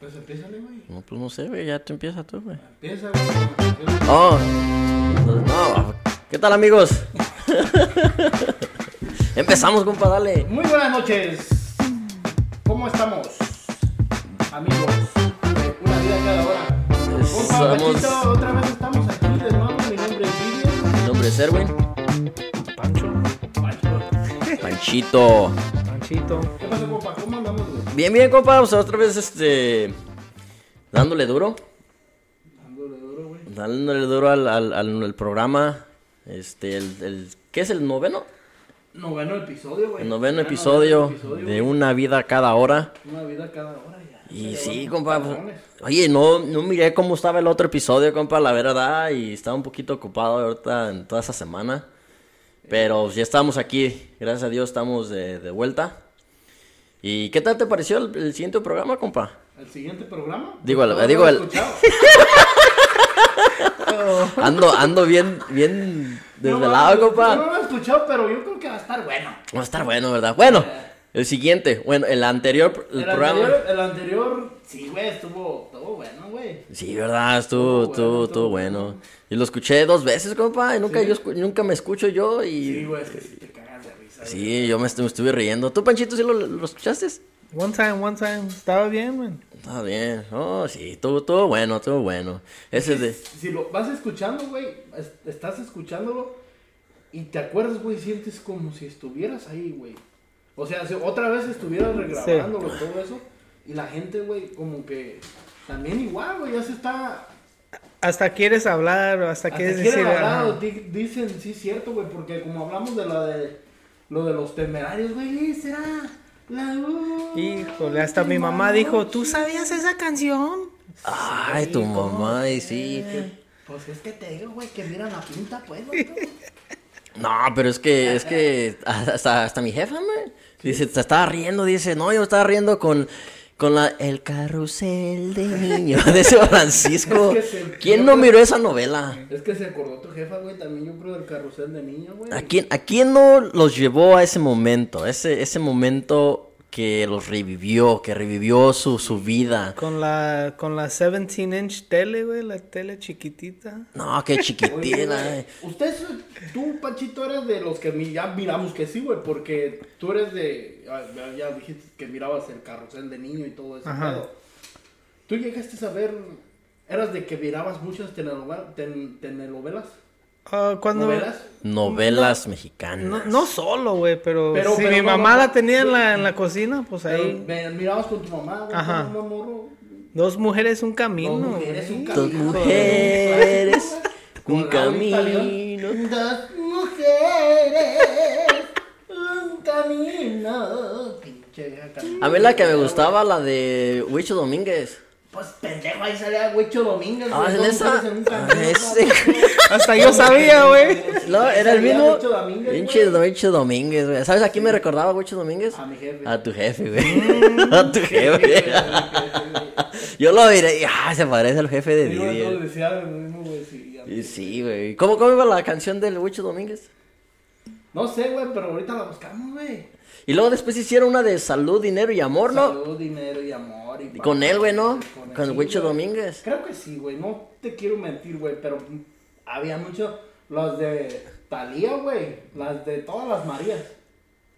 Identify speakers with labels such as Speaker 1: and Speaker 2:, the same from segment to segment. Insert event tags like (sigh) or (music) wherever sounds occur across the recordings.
Speaker 1: Pues empiézale, güey.
Speaker 2: No, pues no sé, güey, ya tú empieza tú, güey.
Speaker 1: Empieza, güey. con la canción.
Speaker 2: Oh, pues no. ¿Qué tal, amigos? (laughs) Empezamos, compa, dale.
Speaker 1: Muy buenas noches. ¿Cómo estamos? Amigos, de una vida cada hora.
Speaker 2: Pues
Speaker 1: Compa,
Speaker 2: Estamos-
Speaker 1: Pachito, otra vez estamos aquí de nuevo. Mi nombre es Vivian.
Speaker 2: Mi nombre es Erwin.
Speaker 3: Pancho,
Speaker 2: Panchito.
Speaker 3: Panchito.
Speaker 1: ¿Qué pasa, compa? ¿Cómo andamos, güey?
Speaker 2: Bien, bien, compa. O sea, otra vez, este. Dándole duro.
Speaker 1: Dándole duro, güey.
Speaker 2: Dándole duro al, al- al- al programa. Este, el, el- ¿Qué es el noveno?
Speaker 1: Noveno episodio, güey.
Speaker 2: El
Speaker 1: Ya
Speaker 2: noveno
Speaker 1: noveno
Speaker 2: episodio
Speaker 1: episodio,
Speaker 2: de una vida cada hora.
Speaker 1: güey. Una vida cada hora ya.
Speaker 2: Y
Speaker 1: Ya
Speaker 2: sí,
Speaker 1: llevamos
Speaker 2: compa. pues,
Speaker 1: cabrones.
Speaker 2: Oye, no, no miré cómo estaba el otro episodio, compa, la verdad. Y estaba un poquito ocupado ahorita en toda esa semana. Pero pues, ya estamos aquí. Gracias a Dios estamos de, de vuelta. ¿Y qué tal te pareció el, el siguiente programa,
Speaker 1: (laughs)
Speaker 2: compa?
Speaker 1: ¿El siguiente programa?
Speaker 2: Digo, el-
Speaker 1: Todos lo
Speaker 2: digo,
Speaker 1: han
Speaker 2: el- (laughs)
Speaker 1: escuchado.
Speaker 2: Ando, ando bien, bien desvelado,
Speaker 1: no,
Speaker 2: compa.
Speaker 1: Yo no lo he escuchado, pero yo creo que va a estar bueno.
Speaker 2: Va a estar bueno, ¿verdad? Bueno, el siguiente. Bueno, el anterior el
Speaker 1: El,
Speaker 2: programa.
Speaker 1: anterior, el anterior, sí, güey, estuvo, estuvo bueno, güey.
Speaker 2: Sí, verdad, estuvo,
Speaker 1: Estuvo bueno,
Speaker 2: estuvo,
Speaker 1: estuvo
Speaker 2: estuvo
Speaker 1: bueno.
Speaker 2: bueno. Y lo escuché dos veces, compa, y nunca, yo escu- nunca me escucho yo
Speaker 1: Sí,
Speaker 2: y...
Speaker 1: güey, es que sí te cagas de risa. güey.
Speaker 2: Sí, yo me, estu- me estuve riendo. ¿Tú, Panchito, sí lo, lo escuchaste?
Speaker 3: One time, one time. Estaba bien, man.
Speaker 2: Está bien. Oh, sí, estuvo, estuvo bueno, estuvo bueno. Ese de...
Speaker 1: Si lo vas escuchando, güey, es- estás escuchándolo y te acuerdas, güey, sientes como si estuvieras ahí, güey. O sea, si otra vez estuvieras regrabando, güey, todo eso. Y la gente, güey, como que también igual, güey, ya se está...
Speaker 3: Hasta quieres hablar o hasta,
Speaker 1: Hasta
Speaker 3: quieres
Speaker 1: quieren
Speaker 3: decir.
Speaker 1: hablar,
Speaker 3: ajá.
Speaker 1: di- dicen, sí, es cierto, güey, porque como hablamos de la de... Lo de los temerarios, güey, "Eh, será la
Speaker 3: Híjole, hasta mi mamá dijo, ¿tú sabías esa canción?
Speaker 2: Ay, tu mamá, y sí.
Speaker 1: Pues es que te digo, güey, que mira la pinta, pues, güey.
Speaker 2: No, pero es que, es que hasta, hasta mi jefa, man, dice, se estaba riendo, dice, no, yo estaba riendo con, con la, el carrusel de niño (laughs) de ese Francisco.
Speaker 1: Es que se-
Speaker 2: ¿Quién no miró esa novela?
Speaker 1: Es que se acordó tu jefa, güey, también yo creo del carrusel de niño, güey.
Speaker 2: ¿A quién, a quién no los llevó a ese momento? Ese, ese momento que los revivió, que revivió su, su vida.
Speaker 3: Con la, con la 17 inch tele, güey, la tele chiquitita.
Speaker 2: No, qué
Speaker 1: Oye,
Speaker 2: chiquitina.
Speaker 1: güey,
Speaker 2: eh.
Speaker 1: Usted, es- tú, Panchito, eres de los que mi- ya miramos que sí, güey, porque tú eres de, ah, ya, ya dijiste que mirabas el carrusel de niño y todo eso.
Speaker 3: Ajá.
Speaker 1: Tú llegaste a ver, eras de que mirabas muchas telenovelas, ten- telenovelas,
Speaker 3: Ah, cuando...
Speaker 1: novelas.
Speaker 2: Novelas mexicanas.
Speaker 3: No, no solo, güey, pero,
Speaker 1: Pero-
Speaker 3: si
Speaker 1: pero
Speaker 3: mi
Speaker 1: no,
Speaker 3: mamá
Speaker 1: no,
Speaker 3: la
Speaker 1: no.
Speaker 3: tenía en la, en la cocina, pues
Speaker 1: Pero
Speaker 3: ahí...
Speaker 1: me- mirabas con tu mamá, güey,
Speaker 3: Ajá.
Speaker 1: con un morro.
Speaker 3: Dos mujeres, un camino.
Speaker 1: Dos mujeres,
Speaker 3: güey.
Speaker 1: un
Speaker 2: Dos
Speaker 1: camino. (laughs)
Speaker 2: mujeres, un
Speaker 1: Con Laurita
Speaker 2: camino.
Speaker 1: León. Dos mujeres, un camino. Pinche vieja
Speaker 2: A mí la que me gustaba, la de Huicho Domínguez.
Speaker 1: Pues pendejo, ahí salía Huicho Domínguez.
Speaker 2: Ah,
Speaker 1: güey,
Speaker 2: ¿es
Speaker 1: dos
Speaker 2: esa?
Speaker 1: mujeres en un
Speaker 2: Ah,
Speaker 1: camino,
Speaker 2: ese.
Speaker 3: (laughs) Hasta yo sabía, güey.
Speaker 2: No,
Speaker 1: Ahí
Speaker 2: era el
Speaker 1: salía
Speaker 2: mismo.
Speaker 1: Huicho Domínguez,
Speaker 2: Pinche
Speaker 1: güey.
Speaker 2: Huicho Domínguez, güey. ¿Sabes a quién me recordaba Huicho Domínguez?
Speaker 1: A mi jefe.
Speaker 2: A tu jefe, güey. (laughs) A tu jefe. Yo lo diré. y, Ah, se parece al jefe de
Speaker 1: Sí, güey, todos
Speaker 2: Didi.
Speaker 1: decían lo mismo, güey, sí, ya.
Speaker 2: Y sí, güey. ¿Cómo, ¿Cómo iba la canción del Huicho Domínguez?
Speaker 1: No sé, güey, pero ahorita la buscamos, güey.
Speaker 2: Y luego después hicieron una de Salud, Dinero y Amor, ¿no?
Speaker 1: Salud, dinero y amor. Y
Speaker 2: Y Con él, güey, ¿no?
Speaker 1: él,
Speaker 2: Con
Speaker 1: sí,
Speaker 2: Huicho
Speaker 1: güey.
Speaker 2: Domínguez.
Speaker 1: Creo que sí, güey. No te quiero mentir, güey, pero había mucho. Las de Talía, güey. Las de todas las Marías.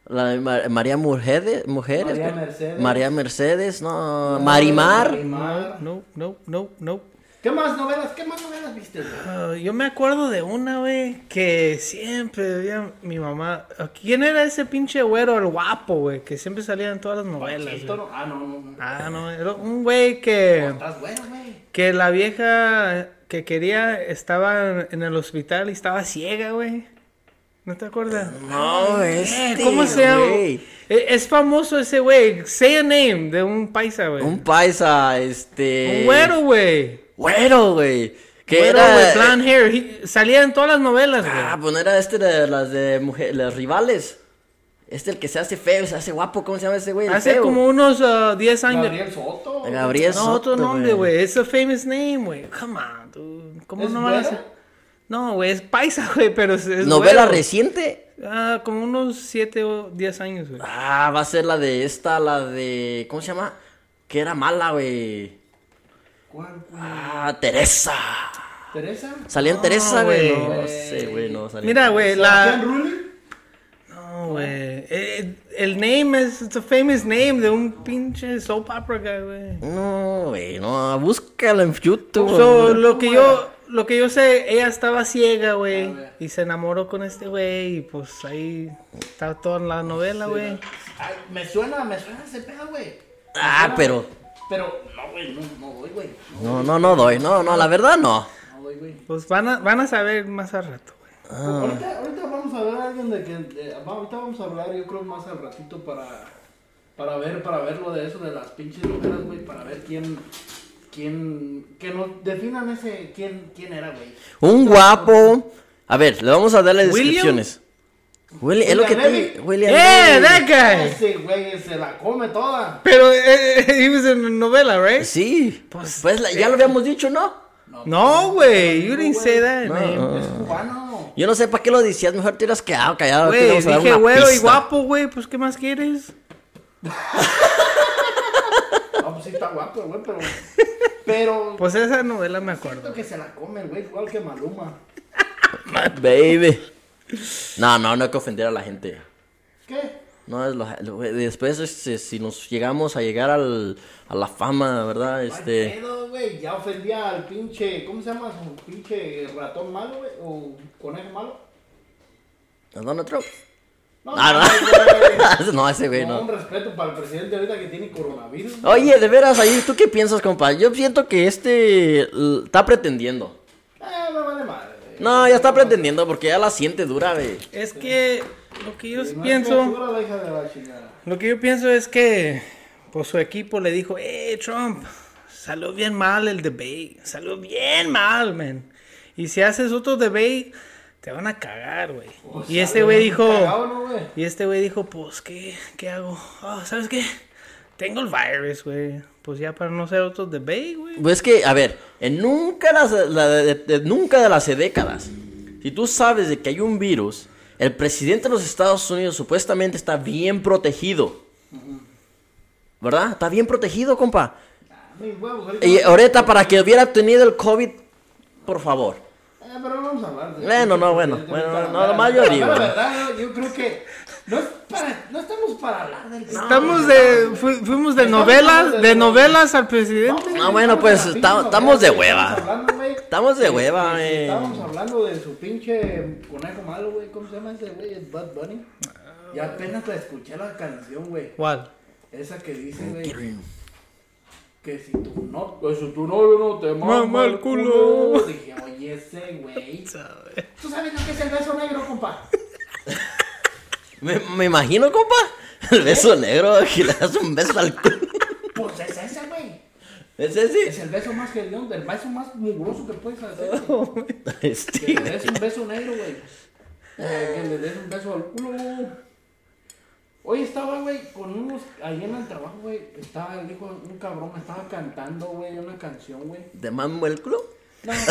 Speaker 2: La de Ma- María Mujeres. mujeres
Speaker 1: María
Speaker 2: güey.
Speaker 1: Mercedes.
Speaker 2: María Mercedes, no. Marimar.
Speaker 1: Marimar.
Speaker 3: No, no, no, no.
Speaker 1: ¿Qué más novelas? ¿Qué más novelas viste, güey?
Speaker 3: Ah, yo me acuerdo de una, güey, que siempre veía mi mamá. ¿Quién era ese pinche güero, el guapo, güey? Que siempre salía en todas las novelas.
Speaker 1: Panchito,
Speaker 3: güey?
Speaker 1: no. Ah, no, no, no.
Speaker 3: Ah, no, era un güey que,
Speaker 1: Estás bueno, güey.
Speaker 3: que la vieja que quería estaba en el hospital y estaba ciega, güey. ¿No te acuerdas?
Speaker 2: No,
Speaker 3: Eh,
Speaker 2: este,
Speaker 3: ¿Cómo se llama?
Speaker 2: güey.
Speaker 3: Eh, Es famoso ese güey. Say a name de un paisa, güey.
Speaker 2: Un paisa, este.
Speaker 3: Un güero, güey.
Speaker 2: Güero, güey. Que
Speaker 3: Güero
Speaker 2: era.
Speaker 3: with blonde hair. He- salía en todas las novelas, güey.
Speaker 2: Ah, pues no era este de las de mujer, las rivales. Este el que se hace feo, se hace guapo, ¿cómo se llama ese güey? El
Speaker 3: Hace
Speaker 2: feo.
Speaker 3: como unos ah, 10 años.
Speaker 1: Gabriel Soto.
Speaker 2: Gabriel
Speaker 3: no, otro
Speaker 2: Soto,
Speaker 3: nombre, güey. It's a famous name, güey. Come on, dude. ¿Cómo
Speaker 1: ¿Es
Speaker 3: no van a
Speaker 1: güero?
Speaker 3: ser? No, güey, es paisa, (laughs) güey, pero es, es
Speaker 2: Novela
Speaker 3: güero.
Speaker 2: reciente.
Speaker 3: Ah, como unos 7 o 10 años, güey.
Speaker 2: Ah, va a ser la de esta, la de. ¿Cómo se llama? que era mala, güey.
Speaker 1: ¿Cuál, güey?
Speaker 2: Ah, Teresa.
Speaker 1: ¿Teresa?
Speaker 2: Salía en Teresa, güey.
Speaker 3: güey.
Speaker 2: No sé, güey, no salía. en
Speaker 3: Mira, güey, la...
Speaker 1: ¿Sebastián Rulli?
Speaker 3: No, güey. Eh, El name es. It's a famous name de un pinche soap opera guy, güey.
Speaker 2: No, güey, no, búscalo en YouTube.
Speaker 3: So,
Speaker 2: güey.
Speaker 3: lo que yo. Lo que yo sé, ella estaba ciega, güey.
Speaker 1: A ver.
Speaker 3: Y se enamoró con este güey. Y pues ahí está toda la novela, güey.
Speaker 1: Ay, me suena, me suena ese pedo, güey. Me
Speaker 2: Ah,
Speaker 1: suena,
Speaker 2: pero-
Speaker 1: Pero, no, güey, no, no doy, güey.
Speaker 2: No, no, no doy, no, no, la verdad no.
Speaker 1: No doy, güey.
Speaker 3: Pues van a, van a saber más al rato, güey.
Speaker 1: Ahorita, ahorita vamos a ver a alguien de que. de- va- ahorita vamos a hablar, yo creo, más al ratito para. Para ver, para ver lo de eso, de las pinches loqueras, güey. Para ver quién. Quién. Que nos definan ese. Quién, quién era, güey.
Speaker 2: Un guapo. A ver, le vamos a dar las
Speaker 3: William?
Speaker 2: descripciones. William, es lo que
Speaker 1: William
Speaker 2: te...
Speaker 1: Levy.
Speaker 2: William
Speaker 3: ¡Eh,
Speaker 2: Levy.
Speaker 3: that guy!
Speaker 1: Ese güey se la come toda.
Speaker 3: Pero eh, he was en novela, right?
Speaker 2: Sí, pues, la-
Speaker 3: eh.
Speaker 2: ya lo habíamos dicho, ¿no?
Speaker 3: No, güey. You didn't say that
Speaker 2: No.
Speaker 3: name.
Speaker 1: Es cubano.
Speaker 2: Yo no sé para qué lo decías, mejor ah, te hubieras quedado callado. ahorita le
Speaker 3: Güey,
Speaker 2: vamos a dar
Speaker 3: dije
Speaker 2: una
Speaker 3: güero y
Speaker 2: pista.
Speaker 3: guapo, güey. Pues, ¿qué más quieres?
Speaker 1: Ah, pues sí está guapo, güey, pero. Pero.
Speaker 3: Pues esa novela me acuerdo.
Speaker 1: siento que se la come, el güey, igual que Maluma.
Speaker 2: Baby. No, no, no hay que ofender a la gente.
Speaker 1: ¿Qué?
Speaker 2: No, es lo- lo- después, este, si nos llegamos a llegar al, a la fama, ¿verdad?
Speaker 1: Este...
Speaker 2: Este,
Speaker 1: pedo, güey. Ya ofendía al pinche. ¿Cómo se llama su pinche ratón malo, güey? ¿O conejo malo?
Speaker 2: ¿a Donald Trump?
Speaker 1: No,
Speaker 2: Ah,
Speaker 1: güey.
Speaker 2: (laughs) no. (laughs) no, ese güey
Speaker 1: No, un
Speaker 2: no.
Speaker 1: respeto para el presidente ahorita que tiene coronavirus. güey.
Speaker 2: Oye, de veras, ahí, ¿tú qué piensas, compa? Yo siento que este l- está pretendiendo.
Speaker 1: Eh, me vale madre. güey.
Speaker 2: No, ya está pretendiendo porque ya la siente dura, güey.
Speaker 3: Es que lo que yo
Speaker 1: Si no es
Speaker 3: pienso,
Speaker 1: criatura, la hija de la chingada.
Speaker 3: lo que yo pienso es que pues su equipo le dijo, "Eh, Trump, salió bien mal el debate, salió bien mal, man. Y si haces otro debate, te van a cagar, güey."
Speaker 1: Pues,
Speaker 3: y este
Speaker 1: salió
Speaker 3: güey
Speaker 1: bien
Speaker 3: dijo,
Speaker 1: cagado, ¿no, güey?
Speaker 3: y este güey dijo, "Pues qué, qué hago? Ah, ¿sabes qué? Tengo el virus, güey. Pues ya para no hacer otro debate, güey."
Speaker 2: Pues es que, a ver, en nunca, las- la de, de- nunca de las décadas, si tú sabes de que hay un virus, el presidente de los Estados Unidos supuestamente está bien protegido. ¿Verdad? Está bien protegido, compa.
Speaker 1: Ah, mis huevos, ahorita-
Speaker 2: Y ahorita, para que hubiera tenido el COVID, por favor.
Speaker 1: Eh, pero no vamos a hablar de
Speaker 2: Bueno, no, bueno, bueno, no, no, nomás yo digo.
Speaker 1: La verdad, yo, yo creo que no, es para, no estamos para hablar del
Speaker 3: Estamos de fu- fuimos de
Speaker 1: Estamos
Speaker 3: novelas,
Speaker 1: de
Speaker 3: de novelas al presidente.
Speaker 1: No,
Speaker 2: Ah, bueno, pues,
Speaker 1: estamos
Speaker 2: ta-
Speaker 1: hablando,
Speaker 2: estamos de hueva.
Speaker 1: Estamos hablando, güey.
Speaker 2: Estamos de
Speaker 1: Eh,
Speaker 2: hueva,
Speaker 1: eh,
Speaker 2: güey.
Speaker 1: Estábamos hablando de su pinche conejo malo, güey. ¿Cómo se llama ese güey? ¿Es Bad Bunny? Y apenas la escuché la canción, güey.
Speaker 3: ¿Cuál?
Speaker 1: Esa que dice, güey. Que si tu no, que si tu novio no te mama,
Speaker 3: Mama el
Speaker 1: el
Speaker 3: culo.
Speaker 1: culo. Dije, oye, ese
Speaker 2: (laughs)
Speaker 1: güey.
Speaker 3: ¿Sabe?
Speaker 1: ¿Tú sabes lo que es el beso negro, compa?
Speaker 2: Me, me imagino, compa, (laughs) el beso negro, (laughs) que le das un beso al culo. (laughs)
Speaker 1: Pues es ese, güey.
Speaker 2: ¿Es
Speaker 1: Es
Speaker 2: ese?
Speaker 1: el beso más hediondo, el beso más mugroso que puedes hacer.
Speaker 2: Oh.
Speaker 1: güey. Que
Speaker 2: (laughs) Este,
Speaker 1: le des un beso negro, güey. Eh, Que le des un beso al culo. Hoy estaba, güey, con unos. Ahí en el trabajo, güey. Estaba el hijo de un cabrón, estaba cantando, güey, una canción, güey.
Speaker 2: ¿Te mamo el culo?
Speaker 1: No, güey.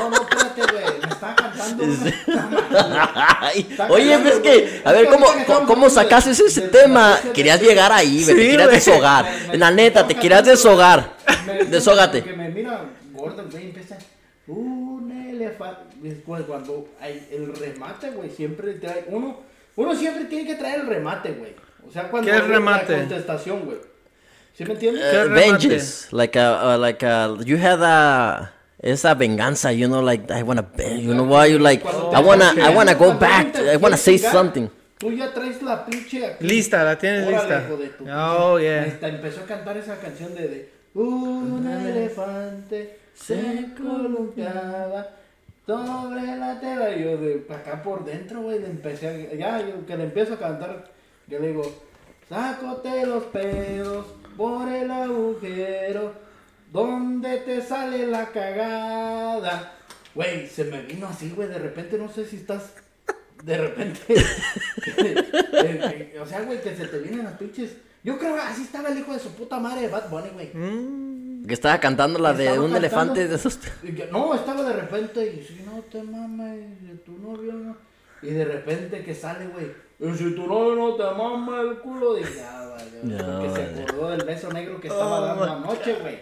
Speaker 1: no, no, espérate, güey. Me estaba cantando. una-
Speaker 2: Ay,
Speaker 1: Está
Speaker 2: Oye,
Speaker 1: cagando,
Speaker 2: ves
Speaker 1: güey.
Speaker 2: que, a ver,
Speaker 1: Es
Speaker 2: ¿cómo,
Speaker 1: que ahorita que
Speaker 2: cómo-
Speaker 1: estamos
Speaker 2: cómo
Speaker 1: hablando de-
Speaker 2: sacaste ese
Speaker 1: de-
Speaker 2: tema?
Speaker 1: de-
Speaker 2: Querías llegar ahí, güey, te
Speaker 3: Sí,
Speaker 2: querías
Speaker 3: güey.
Speaker 2: deshogar.
Speaker 1: Me- me-
Speaker 2: La neta, te
Speaker 1: me-
Speaker 2: querías
Speaker 1: me-
Speaker 2: deshogar. Eh,
Speaker 1: me- me-
Speaker 2: Desógate.
Speaker 1: Que me mira gordo, güey, y empieza. Un elefante. Después, cuando hay el remate, güey, siempre trae. Uno, uno siempre tiene que traer el remate, güey. O sea, cuando.
Speaker 3: ¿Qué es
Speaker 1: la
Speaker 3: remate?
Speaker 1: contestación, güey. ¿Sí me entiendes?
Speaker 2: Uh,
Speaker 3: remate.
Speaker 2: vengeance, like a, uh, like a, you had a, esa venganza, you know, like, I wanna, be- you know why, you like,
Speaker 1: Cuando
Speaker 2: I
Speaker 1: te
Speaker 2: wanna,
Speaker 1: estás
Speaker 2: I wanna go
Speaker 1: peleando,
Speaker 2: back,
Speaker 1: cuando
Speaker 2: I wanna
Speaker 1: quieres
Speaker 2: say
Speaker 1: llegar,
Speaker 2: something.
Speaker 1: Tú ya traes la pinche. aquí.
Speaker 3: Lista, la tienes
Speaker 1: Órale,
Speaker 3: lista.
Speaker 1: hijo de tu pinche-
Speaker 3: Oh, yeah. (laughs)
Speaker 1: Hasta empezó a cantar esa canción de, de, un elefante se columpiaba sobre la tela. Y yo de pa' acá por dentro, güey, le empecé a, ya yo que le empiezo a cantar, yo le digo, sácote los pedos por el agujero, donde te sale la cagada. Güey, se me vino así, güey, de repente no sé si estás de repente. eh, eh, o sea, güey, que se te vienen las pinches. Yo creo que así estaba el hijo de su puta madre de Bad Bunny, güey.
Speaker 2: Mm. Que estaba cantando la de
Speaker 1: Estaba
Speaker 2: un
Speaker 1: cantando.
Speaker 2: elefante de esos.
Speaker 1: Y que- No, estaba de repente y si no te mames, de tu novio no. Y de repente que sale, güey. Y si tu novio no te mama el culo, de nada,
Speaker 2: No,
Speaker 1: Porque se
Speaker 2: vale. Oh,
Speaker 1: acordó del beso negro que estaba dando anoche, güey.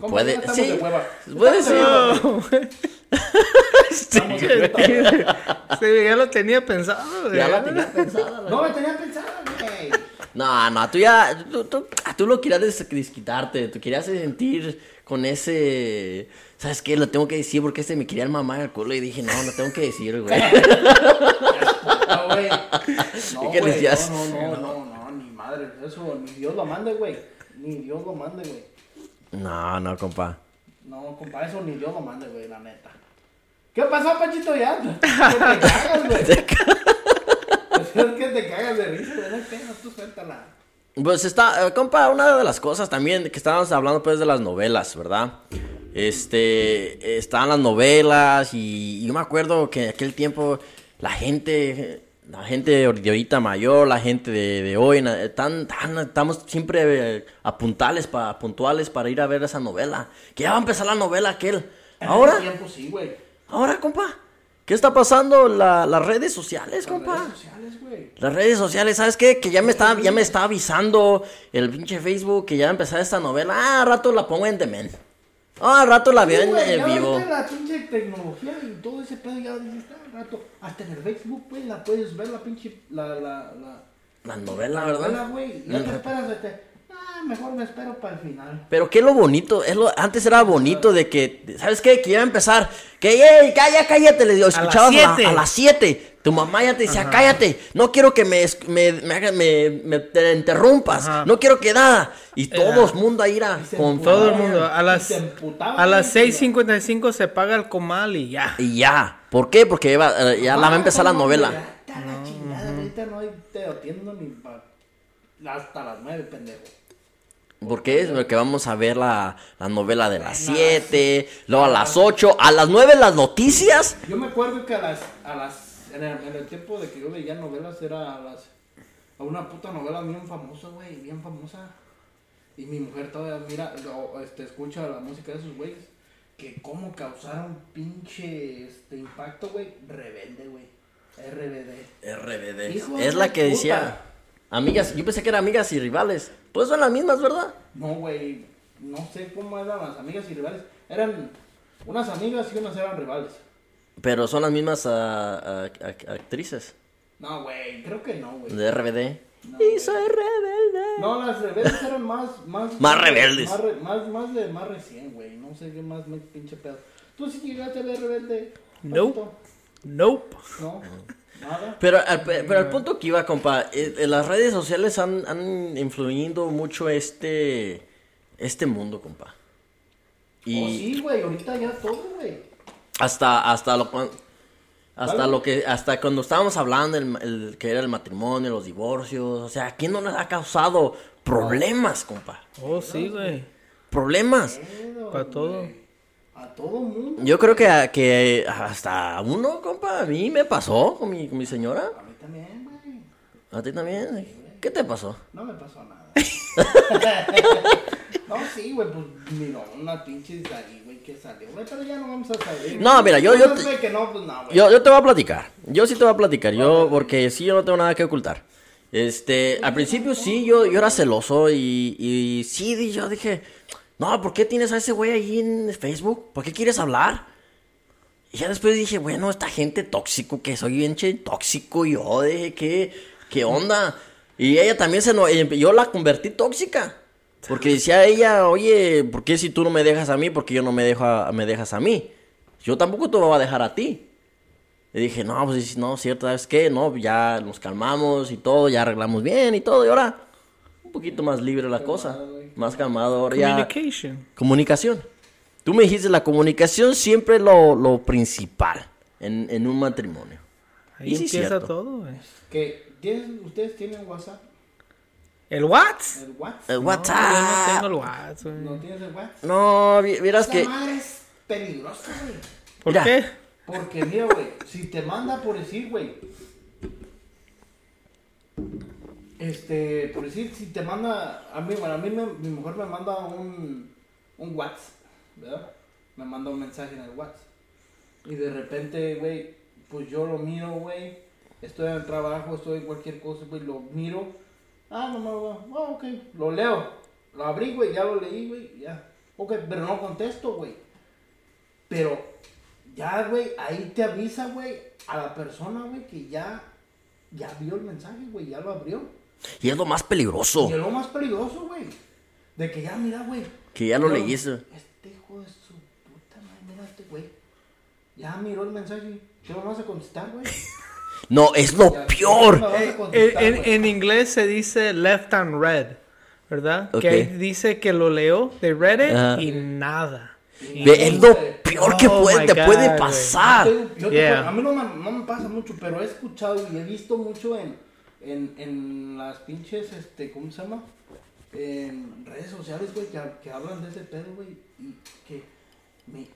Speaker 1: ¿Cómo
Speaker 2: Puede-
Speaker 1: que estamos
Speaker 2: sí.
Speaker 1: de hueva?
Speaker 2: Puede
Speaker 1: Estamos
Speaker 2: ser.
Speaker 1: de hueva.
Speaker 3: Este güey. Este güey ya lo tenía pensado, güey.
Speaker 2: Ya la tenía pensada, la-
Speaker 1: No me tenía pensado, güey.
Speaker 2: No, no, tú ya. Tú, tú- ah, tú lo querías des- desquitarte. Tú querías sentir con ese. ¿Sabes qué? Lo tengo que decir porque este me quería el mamá el culo. Y dije, no, lo tengo que decir, güey.
Speaker 1: No, güey.
Speaker 2: ¿Y
Speaker 1: No,
Speaker 2: qué
Speaker 1: güey,
Speaker 2: decías?
Speaker 1: No, no, no, no, no, ni madre. Eso, ni Dios lo mande, güey. Ni Dios lo mande, güey.
Speaker 2: No, no, compa.
Speaker 1: No, compa, eso ni Dios lo mande, güey, la neta. ¿Qué pasó, Pachito? Ya, no te cagas,
Speaker 2: (laughs)
Speaker 1: güey. Pues Es que te cagas de risa, güey, no hay pedo, tú suéltala.
Speaker 2: Pues está, eh, compa, una de las cosas también que estábamos hablando pues de las novelas, ¿verdad? Este, están las novelas y, y yo me acuerdo que en aquel tiempo la gente, la gente de ahorita mayor, la gente de, de hoy, na- están, tan- estamos siempre eh, a puntales pa- puntuales para ir a ver esa novela. Que ya va a empezar la novela aquel.
Speaker 1: En
Speaker 2: Ahora,
Speaker 1: ese tiempo sí, güey.
Speaker 2: ahora, compa, ¿qué está pasando? La- las redes sociales, compa.
Speaker 1: Las redes sociales, güey.
Speaker 2: Las redes sociales, ¿sabes qué? Que ya me está, ya me está avisando el pinche Facebook que ya va a empezar esta novela. Ah, al rato la pongo en Demen. Ah, al rato la veo
Speaker 1: Sí,
Speaker 2: en,
Speaker 1: güey,
Speaker 2: en
Speaker 1: ya
Speaker 2: vivo.
Speaker 1: ahorita la pinche tecnología y todo ese pedo ya dices, "Ah, al rato, hasta en el Facebook, pues, la puedes ver la pinche, la, la, la,
Speaker 2: La novela, ¿verdad?
Speaker 1: novela, güey. Y ya te esperas de te, ah, mejor me espero para el final.
Speaker 2: Pero qué es lo bonito, es lo, antes era bonito de que, ¿sabes qué? Que iba a empezar, que, hey, calla, cállate, le digo,
Speaker 3: las
Speaker 2: escuchabas a, la-
Speaker 3: siete.
Speaker 2: a las 7, tu mamá ya te decía, cállate, no quiero que me, es- me, me, haga- me- me te interrumpas,
Speaker 3: Ajá.
Speaker 2: no quiero que nada, y todo el mundo ahí era,
Speaker 1: Y se
Speaker 2: con
Speaker 1: emputaba,
Speaker 3: Todo el mundo. A
Speaker 1: Y
Speaker 3: las,
Speaker 1: se emputaba,
Speaker 3: a las
Speaker 1: güey,
Speaker 3: 6.55 se paga el comal y ya.
Speaker 2: Y ya. ¿Por qué? Porque iba- eh, ya la va a empezar la
Speaker 1: no,
Speaker 2: novela.
Speaker 1: ya está la chingada, ahorita no hay- te atiendo ni pa- hasta las nueve, pendejo.
Speaker 2: ¿Por qué? Porque vamos a ver la, la novela de las 7, luego a las 8, a las 9 las noticias.
Speaker 1: Yo me acuerdo que a las, a las, en el, en el tiempo de que yo veía novelas era a las, a una puta novela bien famosa, güey, bien famosa. Y mi mujer todavía mira, o, este, escucha la música de esos güeyes, que cómo causaron pinche, este, impacto, güey, rebelde, güey, RBD.
Speaker 2: RBD.
Speaker 1: Hijo de
Speaker 2: es la
Speaker 1: su
Speaker 2: que
Speaker 1: puta.
Speaker 2: decía. Amigas, yo pensé que eran amigas y rivales. Pues son las mismas, ¿verdad?
Speaker 1: No, güey, no sé cómo eran las amigas y rivales, eran unas amigas y unas eran rivales.
Speaker 2: Pero son las mismas ah, ah, ah, actrices
Speaker 1: No, güey, creo que no, güey.
Speaker 2: de RBD.
Speaker 1: No,
Speaker 2: y
Speaker 1: güey.
Speaker 2: soy rebelde.
Speaker 1: No, las rebeldes eran más, más,
Speaker 2: Más rebeldes.
Speaker 1: Más, re- más, más de, más recién, güey. No sé qué más me pinche pedo. ¿Tú sí llegaste a ver rebelde?
Speaker 3: No.
Speaker 1: Paquito?
Speaker 3: Nope.
Speaker 1: No. Nada.
Speaker 2: Pero, al, pe- pero al punto que iba, compa, eh, eh, las redes sociales han, han influido mucho este, este mundo, compa. Y,
Speaker 1: Y... Oh, sí, güey, ahorita ya todo, güey.
Speaker 2: hasta hasta lo cuan- hasta
Speaker 1: Vale.
Speaker 2: lo que hasta cuando estábamos hablando el, el- que era el matrimonio los divorcios o sea ¿a quién no les ha causado problemas compa
Speaker 3: Oh, sí, güey.
Speaker 2: problemas
Speaker 1: Pedo,
Speaker 3: Pa' todo.
Speaker 1: güey. A todo mundo.
Speaker 2: yo creo que a- que hasta uno compa a mí me pasó con mi, con mi señora
Speaker 1: A mí también, güey.
Speaker 2: a ti también qué te pasó
Speaker 1: No me pasó nada. (laughs) no, sí, güey, pues mira, una pinche de ahí, güey, que salió. Güey, pero ya no vamos a salir.
Speaker 2: No, mira, yo- yo
Speaker 1: No,
Speaker 2: te-
Speaker 1: que no, pues no, güey.
Speaker 2: yo, yo te voy a platicar yo sí te voy a platicar yo porque sí yo no tengo nada que ocultar este al principio sí yo yo era celoso y, y sí di- yo dije no por qué tienes a ese güey ahí en Facebook por qué quieres hablar Y ya después dije, bueno, esta gente tóxico, que soy bien che- tóxico yo, de qué, qué onda. Y ella también se no, eh, yo la convertí tóxica. Porque decía ella, oye, ¿por qué si tú no me dejas a mí? Porque yo no me dejo a- me dejas a mí. Yo tampoco te voy a dejar a ti. Y dije, no, pues sí, no, cierto, ¿sabes qué? No, ya nos calmamos y todo, ya arreglamos bien y todo. Y ahora, un poquito más libre la cosa.
Speaker 1: güey.
Speaker 2: Más calmado, ahora ya.
Speaker 3: Communication.
Speaker 2: Comunicación. Tú me dijiste, la comunicación siempre es lo, lo principal en, en un matrimonio.
Speaker 3: Ahí
Speaker 2: Y sí,
Speaker 3: empieza
Speaker 2: cierto.
Speaker 3: todo, güey.
Speaker 1: Que, ¿tienen- ¿Ustedes tienen WhatsApp?
Speaker 3: ¿El what?
Speaker 1: ¿El
Speaker 2: El
Speaker 1: Eh, WhatsApp?
Speaker 3: No, yo no
Speaker 2: WhatsApp.
Speaker 3: tengo el what, güey.
Speaker 1: ¿No tienes el WhatsApp?
Speaker 2: No, vi- vieras
Speaker 1: Esa
Speaker 2: que...
Speaker 1: madre es peligrosa, güey.
Speaker 3: ¿Por
Speaker 2: Mira.
Speaker 3: qué?
Speaker 1: Porque, mira, güey, si te manda por decir, güey. Este, por decir, si te manda. A mí, bueno, a mí me- mi mujer me manda un. Un WhatsApp, ¿verdad? Me manda un mensaje en el WhatsApp. Y de repente, güey, pues yo lo miro, güey. Estoy en el trabajo, estoy en cualquier cosa, güey, lo miro. Ah, no, no, no, ah, ok, lo leo. Lo abrí, güey, ya lo leí, güey, ya. Ok, pero no contesto, güey. Pero ya, güey, ahí te avisa, güey, a la persona, güey, que ya, ya vio el mensaje, güey, ya lo abrió.
Speaker 2: Y es lo más peligroso.
Speaker 1: Y es lo más peligroso, güey. De que ya, mira, güey.
Speaker 2: Que ya lo
Speaker 1: mira,
Speaker 2: leíste.
Speaker 1: Este hijo de su puta madre, mira este güey. Ya miró el mensaje. ¿Qué lo vas a contestar, güey?
Speaker 2: No, es lo
Speaker 1: Ya, ¿qué me
Speaker 2: (laughs) peor.
Speaker 1: vas
Speaker 3: Eh,
Speaker 1: a contestar,
Speaker 3: En, en-
Speaker 1: güey?
Speaker 3: en inglés se dice left and read, ¿verdad?
Speaker 2: Ok.
Speaker 3: Que ahí dice que lo leo, they read it,
Speaker 2: Ajá.
Speaker 3: y nada. (laughs)
Speaker 2: Ve, es lo peor que
Speaker 3: Oh
Speaker 2: puede,
Speaker 3: my
Speaker 2: te
Speaker 3: God,
Speaker 2: puede
Speaker 3: güey.
Speaker 2: pasar.
Speaker 1: Ah, Yo te- yo te-
Speaker 3: Ah, Yeah.
Speaker 1: a mí no me, no me pasa mucho, pero he escuchado y he visto mucho en, en, en las pinches, este, ¿cómo se llama? En redes sociales, güey, que, que hablan de ese pedo, güey, y que me...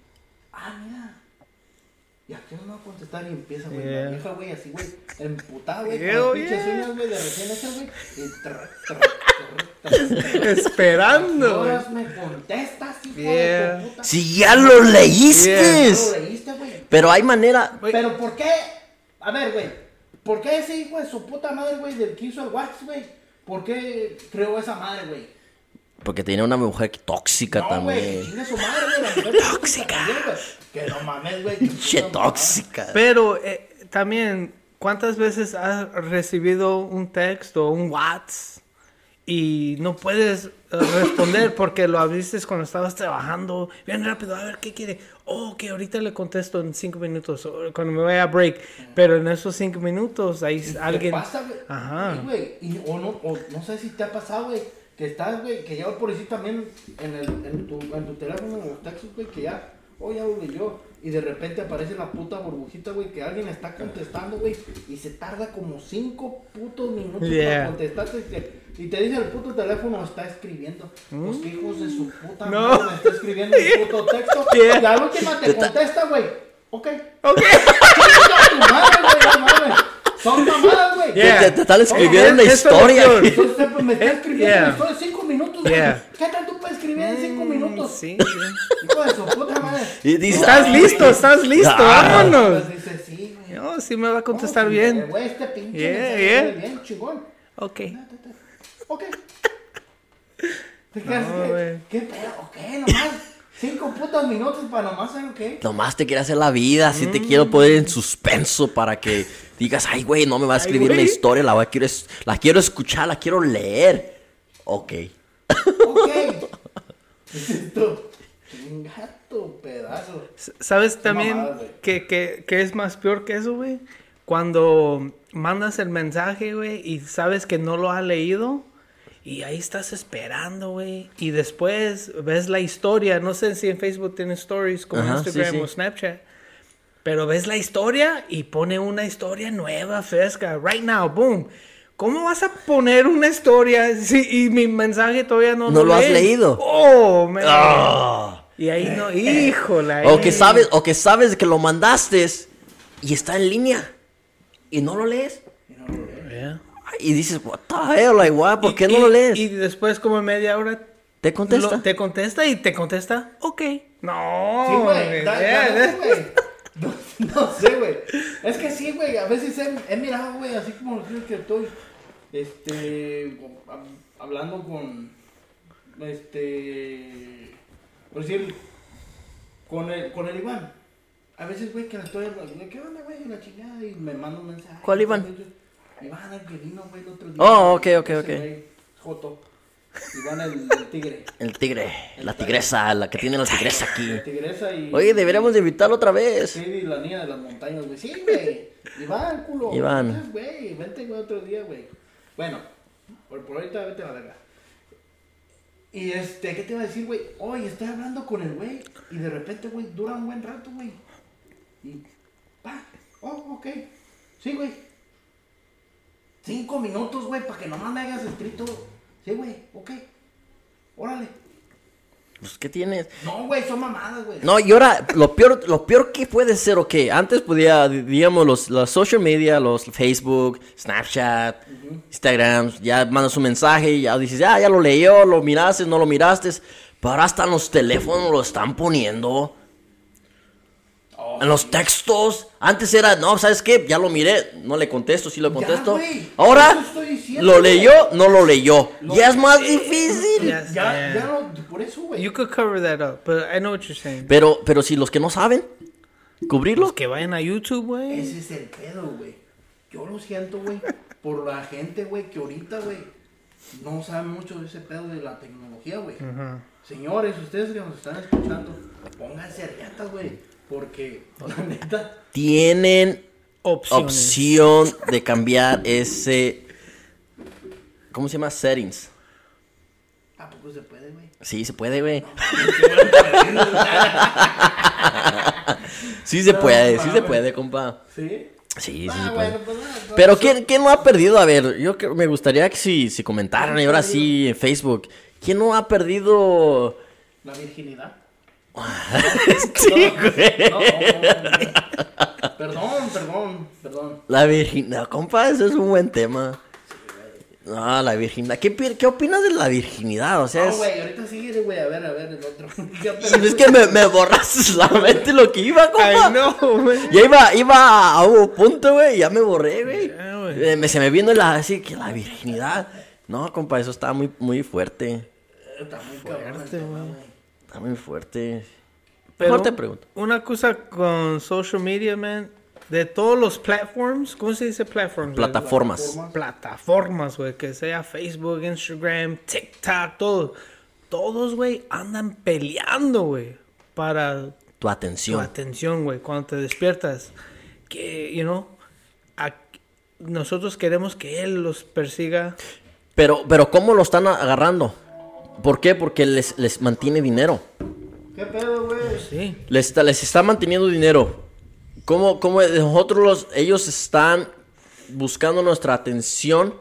Speaker 1: Ah, mira. ¿Y a qué no me va a contestar? Y empieza, güey,
Speaker 3: Yeah.
Speaker 1: la vieja, güey, así, güey, emputada, güey, con
Speaker 3: Ew,
Speaker 1: las pinches
Speaker 3: yeah.
Speaker 1: uñas, güey, de recién hechas, güey, y tra, tra, tra, tra,
Speaker 3: (laughs) Esperando, güey.
Speaker 1: Ahora me contestas, hijo
Speaker 3: Yeah.
Speaker 1: de tu puta.
Speaker 2: Si ya lo leíste.
Speaker 1: Ya lo leíste, güey.
Speaker 2: Pero hay manera.
Speaker 3: Güey.
Speaker 1: Pero ¿por qué? A ver, güey. ¿Por qué ese hijo de su puta madre, güey, del que hizo el Wax, güey? ¿Por qué creó esa madre, güey?
Speaker 2: Porque tenía una mujer tóxica
Speaker 1: No, güey, que
Speaker 2: también.
Speaker 1: chingue su madre, güey. la mujer
Speaker 2: Tóxica.
Speaker 1: también, güey. Que no mames, güey. que
Speaker 2: Pinche
Speaker 1: puta madre.
Speaker 2: tóxica.
Speaker 3: Pero eh, también, ¿cuántas veces has recibido un texto, un WhatsApp, y no puedes eh, responder porque lo abriste cuando estabas trabajando? Bien rápido, a ver, ¿qué quiere? Oh, que ahorita le contesto en cinco minutos, o cuando me vaya a break. Pero en esos cinco minutos, ahí
Speaker 1: ¿Qué
Speaker 3: alguien...
Speaker 1: pasa, güey?
Speaker 3: Ajá.
Speaker 1: Sí, güey. Y, o, no, o no sé si te ha pasado, güey. Que estás, güey, que ya por decir también en, el, en, tu, en tu teléfono, en los textos, güey, que ya, oh, ya lo leyó. Y de repente aparece la puta burbujita, güey, que alguien está contestando, güey. Y se tarda como cinco putos minutos
Speaker 3: Yeah.
Speaker 1: para contestarte. Y te, y te dice el puto teléfono, está escribiendo. Los hijos de su puta
Speaker 3: ¿Mm? No.
Speaker 1: madre me está escribiendo el
Speaker 3: (laughs)
Speaker 1: puto texto.
Speaker 3: Yeah.
Speaker 1: Y a la última te contesta, güey. Ok.
Speaker 3: Ok.
Speaker 1: Chinga tu madre, güey, no mames. Son mamadas, güey.
Speaker 2: (laughs)
Speaker 3: Yeah.
Speaker 2: Te, te están
Speaker 3: Ojo,
Speaker 2: escribiendo una
Speaker 3: eso es lo
Speaker 2: historia. (laughs)
Speaker 3: peor.
Speaker 1: Entonces pues, me está escribiendo
Speaker 3: Eh, Yeah.
Speaker 1: una historia de 5 minutos, güey.
Speaker 3: Yeah. Mm,
Speaker 1: ¿Qué tanto puedes escribir en 5 minutos?
Speaker 3: Sí.
Speaker 1: Hijo de su puta madre.
Speaker 2: Y dices,
Speaker 3: Estás listo, estás listo,
Speaker 2: Ah.
Speaker 3: vámonos.
Speaker 1: Pues dice, sí, güey.
Speaker 3: No, sí me va a contestar
Speaker 1: Oh,
Speaker 3: bien.
Speaker 1: Güey, este pinche
Speaker 3: Yeah,
Speaker 1: mensaje
Speaker 3: yeah.
Speaker 1: viene bien chingón.
Speaker 3: Ok.
Speaker 1: Ta, ta, ta. Ok. Te
Speaker 3: No,
Speaker 1: quedas,
Speaker 3: güey.
Speaker 1: ¿qué, ¿Qué pedo? Ok, nomás. 5 putos minutos para nomás hacer qué.
Speaker 2: Nomás te quiere hacer la vida, así te quiero poner en suspenso para que digas, ay, güey, no me va a escribir una
Speaker 3: güey.
Speaker 2: historia, la, voy a- quiero, es- la quiero escuchar, la quiero leer. Ok.
Speaker 1: Ok.
Speaker 3: (laughs)
Speaker 1: (laughs) Dices tú, chingato pedazo.
Speaker 3: S- ¿Sabes también
Speaker 1: mamada, güey.
Speaker 3: que, que- que es más peor que eso, güey? Cuando mandas el mensaje, güey, y sabes que no lo ha leído, y ahí estás esperando, güey, y después ves la historia, no sé si en Facebook tienen stories como
Speaker 2: Ajá, sí,
Speaker 3: Instagram
Speaker 2: sí.
Speaker 3: o Snapchat, pero ves la historia y pone una historia nueva, fresca, right now, boom. ¿Cómo vas a poner una historia si, y mi mensaje todavía no,
Speaker 2: No lo has leído.
Speaker 3: Oh, man.
Speaker 2: Ah.
Speaker 3: Y ahí no, híjola.
Speaker 2: O que
Speaker 3: eh.
Speaker 2: sabes, o que sabes que lo mandaste y está en línea y no lo lees. Ay, Y dices, what the hell, like, what? ¿por qué
Speaker 3: Eh. Y-
Speaker 2: no lo lees?
Speaker 3: Y después como en media hora
Speaker 2: te contesta.
Speaker 3: lo- te contesta y te contesta, ok. No.
Speaker 1: Sí, güey.
Speaker 3: güey,
Speaker 1: da-
Speaker 3: yeah,
Speaker 1: da- no,
Speaker 3: (laughs) yeah.
Speaker 1: güey. No, no sé, güey. Es que sí, güey. A veces he, he mirado, güey, así como creo que estoy, este, hab- hablando con, este, por decir, con el, con el Iván. A veces, güey, que la estoy hablando, ¿qué onda, güey? La chingada, y me manda un mensaje.
Speaker 2: ¿Cuál Iván?
Speaker 1: Iván, el que vino, güey, el otro día.
Speaker 2: Oh, ok, ok,
Speaker 1: Ese
Speaker 2: ok.
Speaker 1: güey, Joto. Iván, el, el
Speaker 2: (laughs)
Speaker 1: tigre.
Speaker 2: El tigre, la tigresa, la que tiene la tigresa aquí.
Speaker 1: La tigresa y...
Speaker 2: Oye, deberíamos de invitarlo otra vez.
Speaker 1: Sí, la niña de las montañas, güey. Sí, güey. Iván, culo.
Speaker 2: Iván.
Speaker 1: Entonces, Güey, vente, güey, otro día, güey. Bueno, por, por ahorita vete a la verga. Y este, ¿qué te iba a decir, güey? Oye, estoy hablando con el güey. Y de repente, güey, dura un buen rato, güey. Y. Pa. Oh, ok. Sí, güey. Cinco minutos, güey, para que nomás me hayas escrito. Sí, güey, ok. Órale.
Speaker 2: Pues, ¿qué tienes?
Speaker 1: No, güey, son mamadas, güey.
Speaker 2: No, y ahora, lo peor, lo peor que puede ser, ok, antes podía, digamos, los, las social media, los Facebook, Snapchat, Instagram, ya mandas un mensaje, ya dices, ya, ya lo leyó, lo miraste, no lo miraste, pero ahora hasta los teléfonos lo están poniendo.
Speaker 1: Oh,
Speaker 2: En los textos. Antes era, no, ¿sabes qué? Ya lo miré, no le contesto, sí lo contesto.
Speaker 1: güey,
Speaker 2: Ahora,
Speaker 1: eso estoy diciendo,
Speaker 2: lo
Speaker 1: güey.
Speaker 2: leyó, no lo leyó.
Speaker 1: Lo-
Speaker 2: ya es más difícil.
Speaker 3: Ya sé.
Speaker 1: Ya, ya no, por eso, güey.
Speaker 3: You could cover that up, but I know what you're saying.
Speaker 2: Pero, pero si los que no saben, cubrirlos.
Speaker 3: Los que vayan a YouTube, güey.
Speaker 1: Ese es el pedo, güey. Yo lo siento, güey, por la gente, güey, que ahorita, güey, no sabe mucho de ese pedo de la tecnología, güey. Señores, ustedes que nos están escuchando, pónganse riatas, güey, porque (laughs) la neta,
Speaker 2: Tienen
Speaker 3: Opciones.
Speaker 2: opción de cambiar ese. ¿Cómo se llama? Settings.
Speaker 1: ¿a poco se puede, güey?
Speaker 2: Sí, se puede, güey. (laughs) Sí se
Speaker 1: No,
Speaker 2: puede, sí se
Speaker 1: mames.
Speaker 2: puede, compa.
Speaker 1: ¿Sí?
Speaker 2: Sí, sí
Speaker 1: Ah,
Speaker 2: se
Speaker 1: bueno,
Speaker 2: puede.
Speaker 1: pues, ah, pues,
Speaker 2: Pero ¿quién, quién no ha perdido? A ver, yo que- me gustaría que si, si comentaran y ahora sí en Facebook. ¿Quién no ha
Speaker 1: (laughs)
Speaker 2: perdido?
Speaker 1: La virginidad. (laughs)
Speaker 2: Sí, güey.
Speaker 1: No, no, no, no. Perdón, perdón, perdón.
Speaker 2: La virginidad, compa, eso es un buen tema. No, la virginidad. ¿Qué, pi- qué opinas de la virginidad? O sea,
Speaker 1: No,
Speaker 2: es,
Speaker 1: güey, ahorita sigue, güey, a ver, a ver, el otro. (laughs) Ya
Speaker 2: (laughs)
Speaker 1: perdí.
Speaker 2: es que me, me borraste la mente lo que iba, compa.
Speaker 3: I know, güey.
Speaker 2: Ya iba, iba a un punto, güey, y ya me borré, güey.
Speaker 3: Ya, güey.
Speaker 2: Eh, me- se me vino la, así que la virginidad. No, compa, eso está muy, muy fuerte.
Speaker 1: Está muy cabrón el
Speaker 3: Fuerte,
Speaker 1: tema,
Speaker 3: güey.
Speaker 1: güey.
Speaker 2: Está muy fuerte.
Speaker 3: Pero
Speaker 2: Mejor te pregunto.
Speaker 3: Una cosa con social media, man. De todos los platforms, ¿cómo se dice platforms? güey?
Speaker 2: Plataformas.
Speaker 3: plataformas, güey, que sea Facebook, Instagram, TikTok, todo. Todos, güey, andan peleando, güey, para
Speaker 2: Tu
Speaker 3: tu
Speaker 2: atención.
Speaker 3: atención, güey, cuando te despiertas. Que, you know, a- nosotros queremos que él los persiga.
Speaker 2: Pero, pero ¿cómo lo están a- agarrando? ¿Por qué? Porque les, les mantiene dinero.
Speaker 1: ¿Qué pedo, güey?
Speaker 3: Sí.
Speaker 2: Les está, les está manteniendo dinero. ¿Cómo, cómo nosotros los, ellos están buscando nuestra atención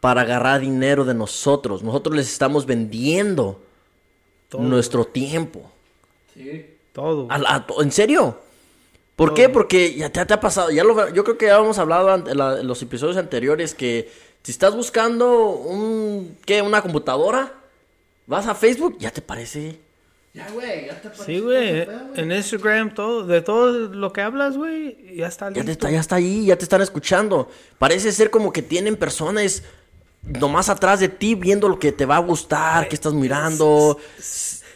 Speaker 2: para agarrar dinero de nosotros? Nosotros les estamos vendiendo
Speaker 3: Todo.
Speaker 2: nuestro tiempo.
Speaker 1: Sí.
Speaker 3: Todo. güey.
Speaker 2: A la- to- ¿En serio? ¿Por qué? Porque ya te, te ha pasado, ya lo- yo creo que ya hemos hablado ante- la- en los episodios anteriores que si estás buscando un, ¿qué? una computadora, vas a Facebook, ya te parece.
Speaker 1: Ya, güey, ya te
Speaker 3: Sí,
Speaker 1: apareció
Speaker 3: güey.
Speaker 1: ese pedo,
Speaker 3: En Instagram, todo. De todo lo que hablas, güey, ya está
Speaker 2: Ya, te
Speaker 3: listo.
Speaker 2: está, ya está ahí, ya te están escuchando. Parece ser como que tienen personas nomás atrás de ti viendo lo que te va a gustar, que estás mirando.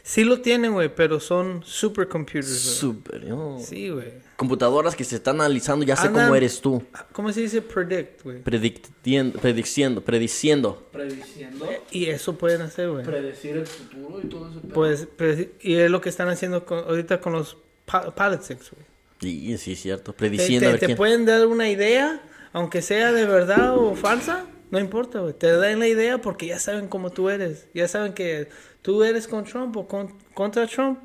Speaker 3: Sí lo tienen, güey, pero son supercomputers, güey.
Speaker 2: Súper, ¿no?
Speaker 3: Sí, güey.
Speaker 2: Computadoras que se están analizando, ya sé
Speaker 3: Andan-
Speaker 2: cómo eres tú.
Speaker 3: ¿Cómo se dice predict, güey?
Speaker 2: Predictien- Prediciendo, prediciendo.
Speaker 1: Prediciendo,
Speaker 3: Y eso pueden hacer, güey.
Speaker 1: predecir el futuro y todo ese pedo.
Speaker 3: Pues, pues, y es lo que están haciendo con- ahorita con los po- politics, güey.
Speaker 2: Sí, sí, cierto.
Speaker 3: Te-
Speaker 2: Prediciendo a
Speaker 3: Te,
Speaker 2: ver
Speaker 3: te
Speaker 2: quién.
Speaker 3: pueden dar una idea, aunque sea de verdad o falsa, no importa, güey. Te dan la idea porque ya saben cómo tú eres. Ya saben que tú eres con Trump o con- contra Trump.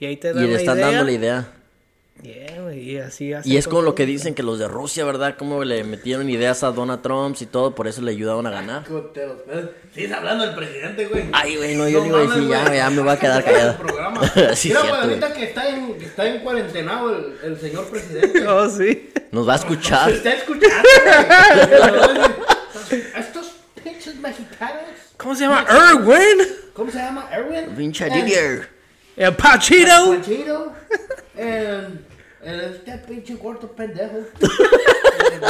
Speaker 3: Y ahí te dan
Speaker 2: Y le
Speaker 3: la
Speaker 2: están
Speaker 3: idea.
Speaker 2: dando la idea.
Speaker 3: Yeah, güey, y así hacen
Speaker 2: Y es con lo
Speaker 3: todo.
Speaker 2: que dicen que los de Rusia, ¿verdad? Cómo le metieron ideas a Donald Trump y todo, por eso le ayudaron a ganar.
Speaker 1: Coteros, pedos. Sigues hablando del presidente, güey.
Speaker 2: Ay, güey, no, yo le iba a
Speaker 1: mames,
Speaker 2: decir, ya,
Speaker 1: güey.
Speaker 2: ya me voy a quedar
Speaker 1: Acaba el
Speaker 2: callado.
Speaker 1: programa.
Speaker 2: (laughs) Sí, cierto,
Speaker 1: Mira, güey,
Speaker 2: güey.
Speaker 1: ahorita que está en, que está en cuarentenado el, el señor
Speaker 3: (laughs)
Speaker 1: presidente.
Speaker 3: (laughs) Oh, sí.
Speaker 2: Nos va a escuchar.
Speaker 1: Se
Speaker 3: Este-
Speaker 1: está escuchando, güey. (laughs) Estos pinches mexicanos.
Speaker 3: ¿Cómo se llama? Erwin.
Speaker 2: (laughs)
Speaker 1: ¿Cómo se llama? Erwin.
Speaker 2: Pinche
Speaker 1: And
Speaker 2: líder.
Speaker 3: El Pachito.
Speaker 1: Panchito. And- and Este pinche corto
Speaker 3: (laughs)
Speaker 1: pendejo.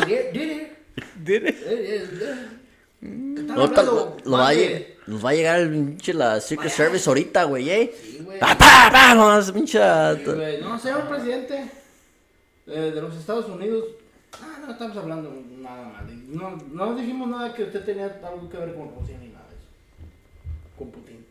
Speaker 1: Didi, Didi. Eh, eh, eh. ¿Qué están
Speaker 2: Ahorita
Speaker 1: hablando?
Speaker 2: lo, lo va a
Speaker 1: Mande.
Speaker 2: lle- nos va a llegar el pinche la Secret Service ahorita, güey, ¿eh?
Speaker 1: Sí, güey.
Speaker 2: Pa, pa, pa, nomás, pinche.
Speaker 1: Sí, güey. No, señor presidente eh, de los Estados Unidos. Ah, no estamos hablando nada mal. No, no dijimos nada que usted tenía algo que ver con Rusia ni nada de eso. Con Putin.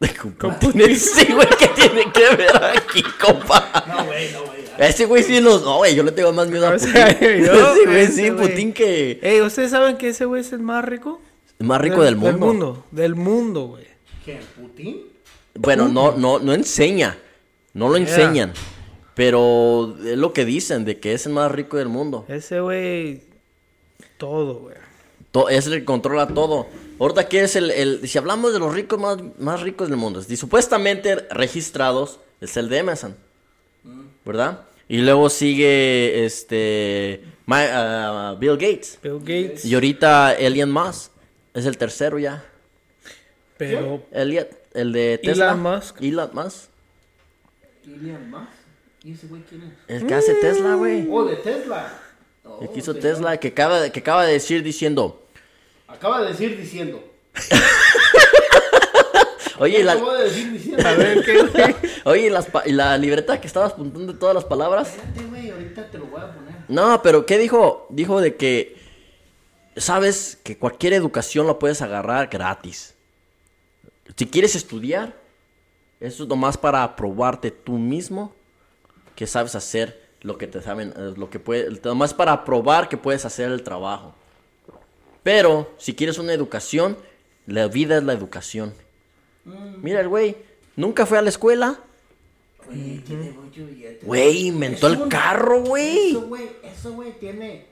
Speaker 2: (laughs) Con Putin. Sí, güey, ¿qué tiene que ver aquí, compa?
Speaker 1: No, güey, no, güey.
Speaker 2: Ese güey sí nos. No, güey, yo le tengo más miedo a
Speaker 3: (laughs) O
Speaker 2: Putin.
Speaker 3: sea,
Speaker 2: (laughs)
Speaker 3: yo,
Speaker 2: Ese güey
Speaker 3: ese
Speaker 2: sí,
Speaker 3: güey.
Speaker 2: Putin que.
Speaker 3: Ey, ¿ustedes saben que ese güey es el más rico?
Speaker 2: El más rico del
Speaker 3: Del
Speaker 2: mundo.
Speaker 3: mundo, del mundo, güey.
Speaker 1: ¿Quién? ¿Putin?
Speaker 2: Bueno, no, no, no enseña. No lo enseñan. Pero es lo que dicen, de que es el más rico del mundo.
Speaker 3: Ese güey. Todo, güey.
Speaker 2: To- es el que controla todo. Ahorita que es el, el- si hablamos de los ricos más, más ricos del mundo, y supuestamente registrados, es el de Emerson. ¿Verdad? Y luego sigue este Ma- ah, Bill Gates.
Speaker 3: Bill Gates.
Speaker 2: Y ahorita Elon Musk. Es el tercero ya.
Speaker 3: Pero.
Speaker 2: Elliot, el de Tesla.
Speaker 3: Elon Musk.
Speaker 2: Elon Musk.
Speaker 1: Elon Musk. ¿Y ese güey quién es?
Speaker 2: El que hace Tesla, güey.
Speaker 1: Oh, de Tesla. No,
Speaker 2: El que hizo
Speaker 1: de-
Speaker 2: Tesla, que acaba, de- que acaba de decir diciendo,
Speaker 1: Acaba de decir diciendo.
Speaker 2: oye, y la, (laughs)
Speaker 1: (laughs) Acaba de decir diciendo.
Speaker 3: A ver qué, güey.
Speaker 2: oye, y las pa- y la libreta que estabas apuntando todas las palabras.
Speaker 1: Espérate, güey, ahorita te lo voy a poner.
Speaker 2: No, pero ¿qué dijo? Dijo de que sabes que cualquier educación la puedes agarrar gratis. Si quieres estudiar, eso es nomás para probarte tú mismo que sabes hacer lo que te saben, eh, lo que puedes, nomás para probar que puedes hacer el trabajo. Pero si quieres una educación, la vida es la educación.
Speaker 1: Mm.
Speaker 2: Mira el güey, nunca fue a la escuela.
Speaker 1: Güey, tiene mucho billete.
Speaker 2: Güey, inventó
Speaker 1: Es
Speaker 2: el
Speaker 1: un-
Speaker 2: carro, güey.
Speaker 1: Eso, güey, eso, güey, tiene.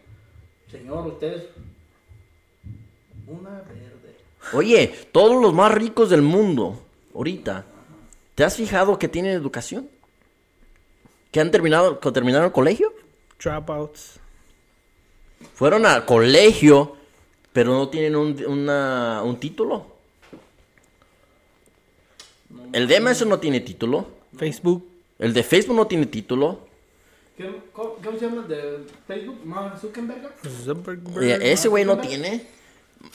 Speaker 1: Señor, ustedes. Una verde.
Speaker 2: Oye, todos los más ricos del mundo, ahorita, ¿te has fijado que tienen educación? ¿Que han terminado, que terminaron el colegio?
Speaker 3: Dropouts.
Speaker 2: Fueron al colegio, pero no tienen un, una- un título. El de Emerson no tiene título.
Speaker 3: Facebook.
Speaker 2: El de Facebook no tiene título.
Speaker 1: ¿Qué, cómo- cómo se llama? ¿De Facebook? ¿Mark Zuckerberg?
Speaker 3: Zuckerberg.
Speaker 2: Eh, ese güey no tiene.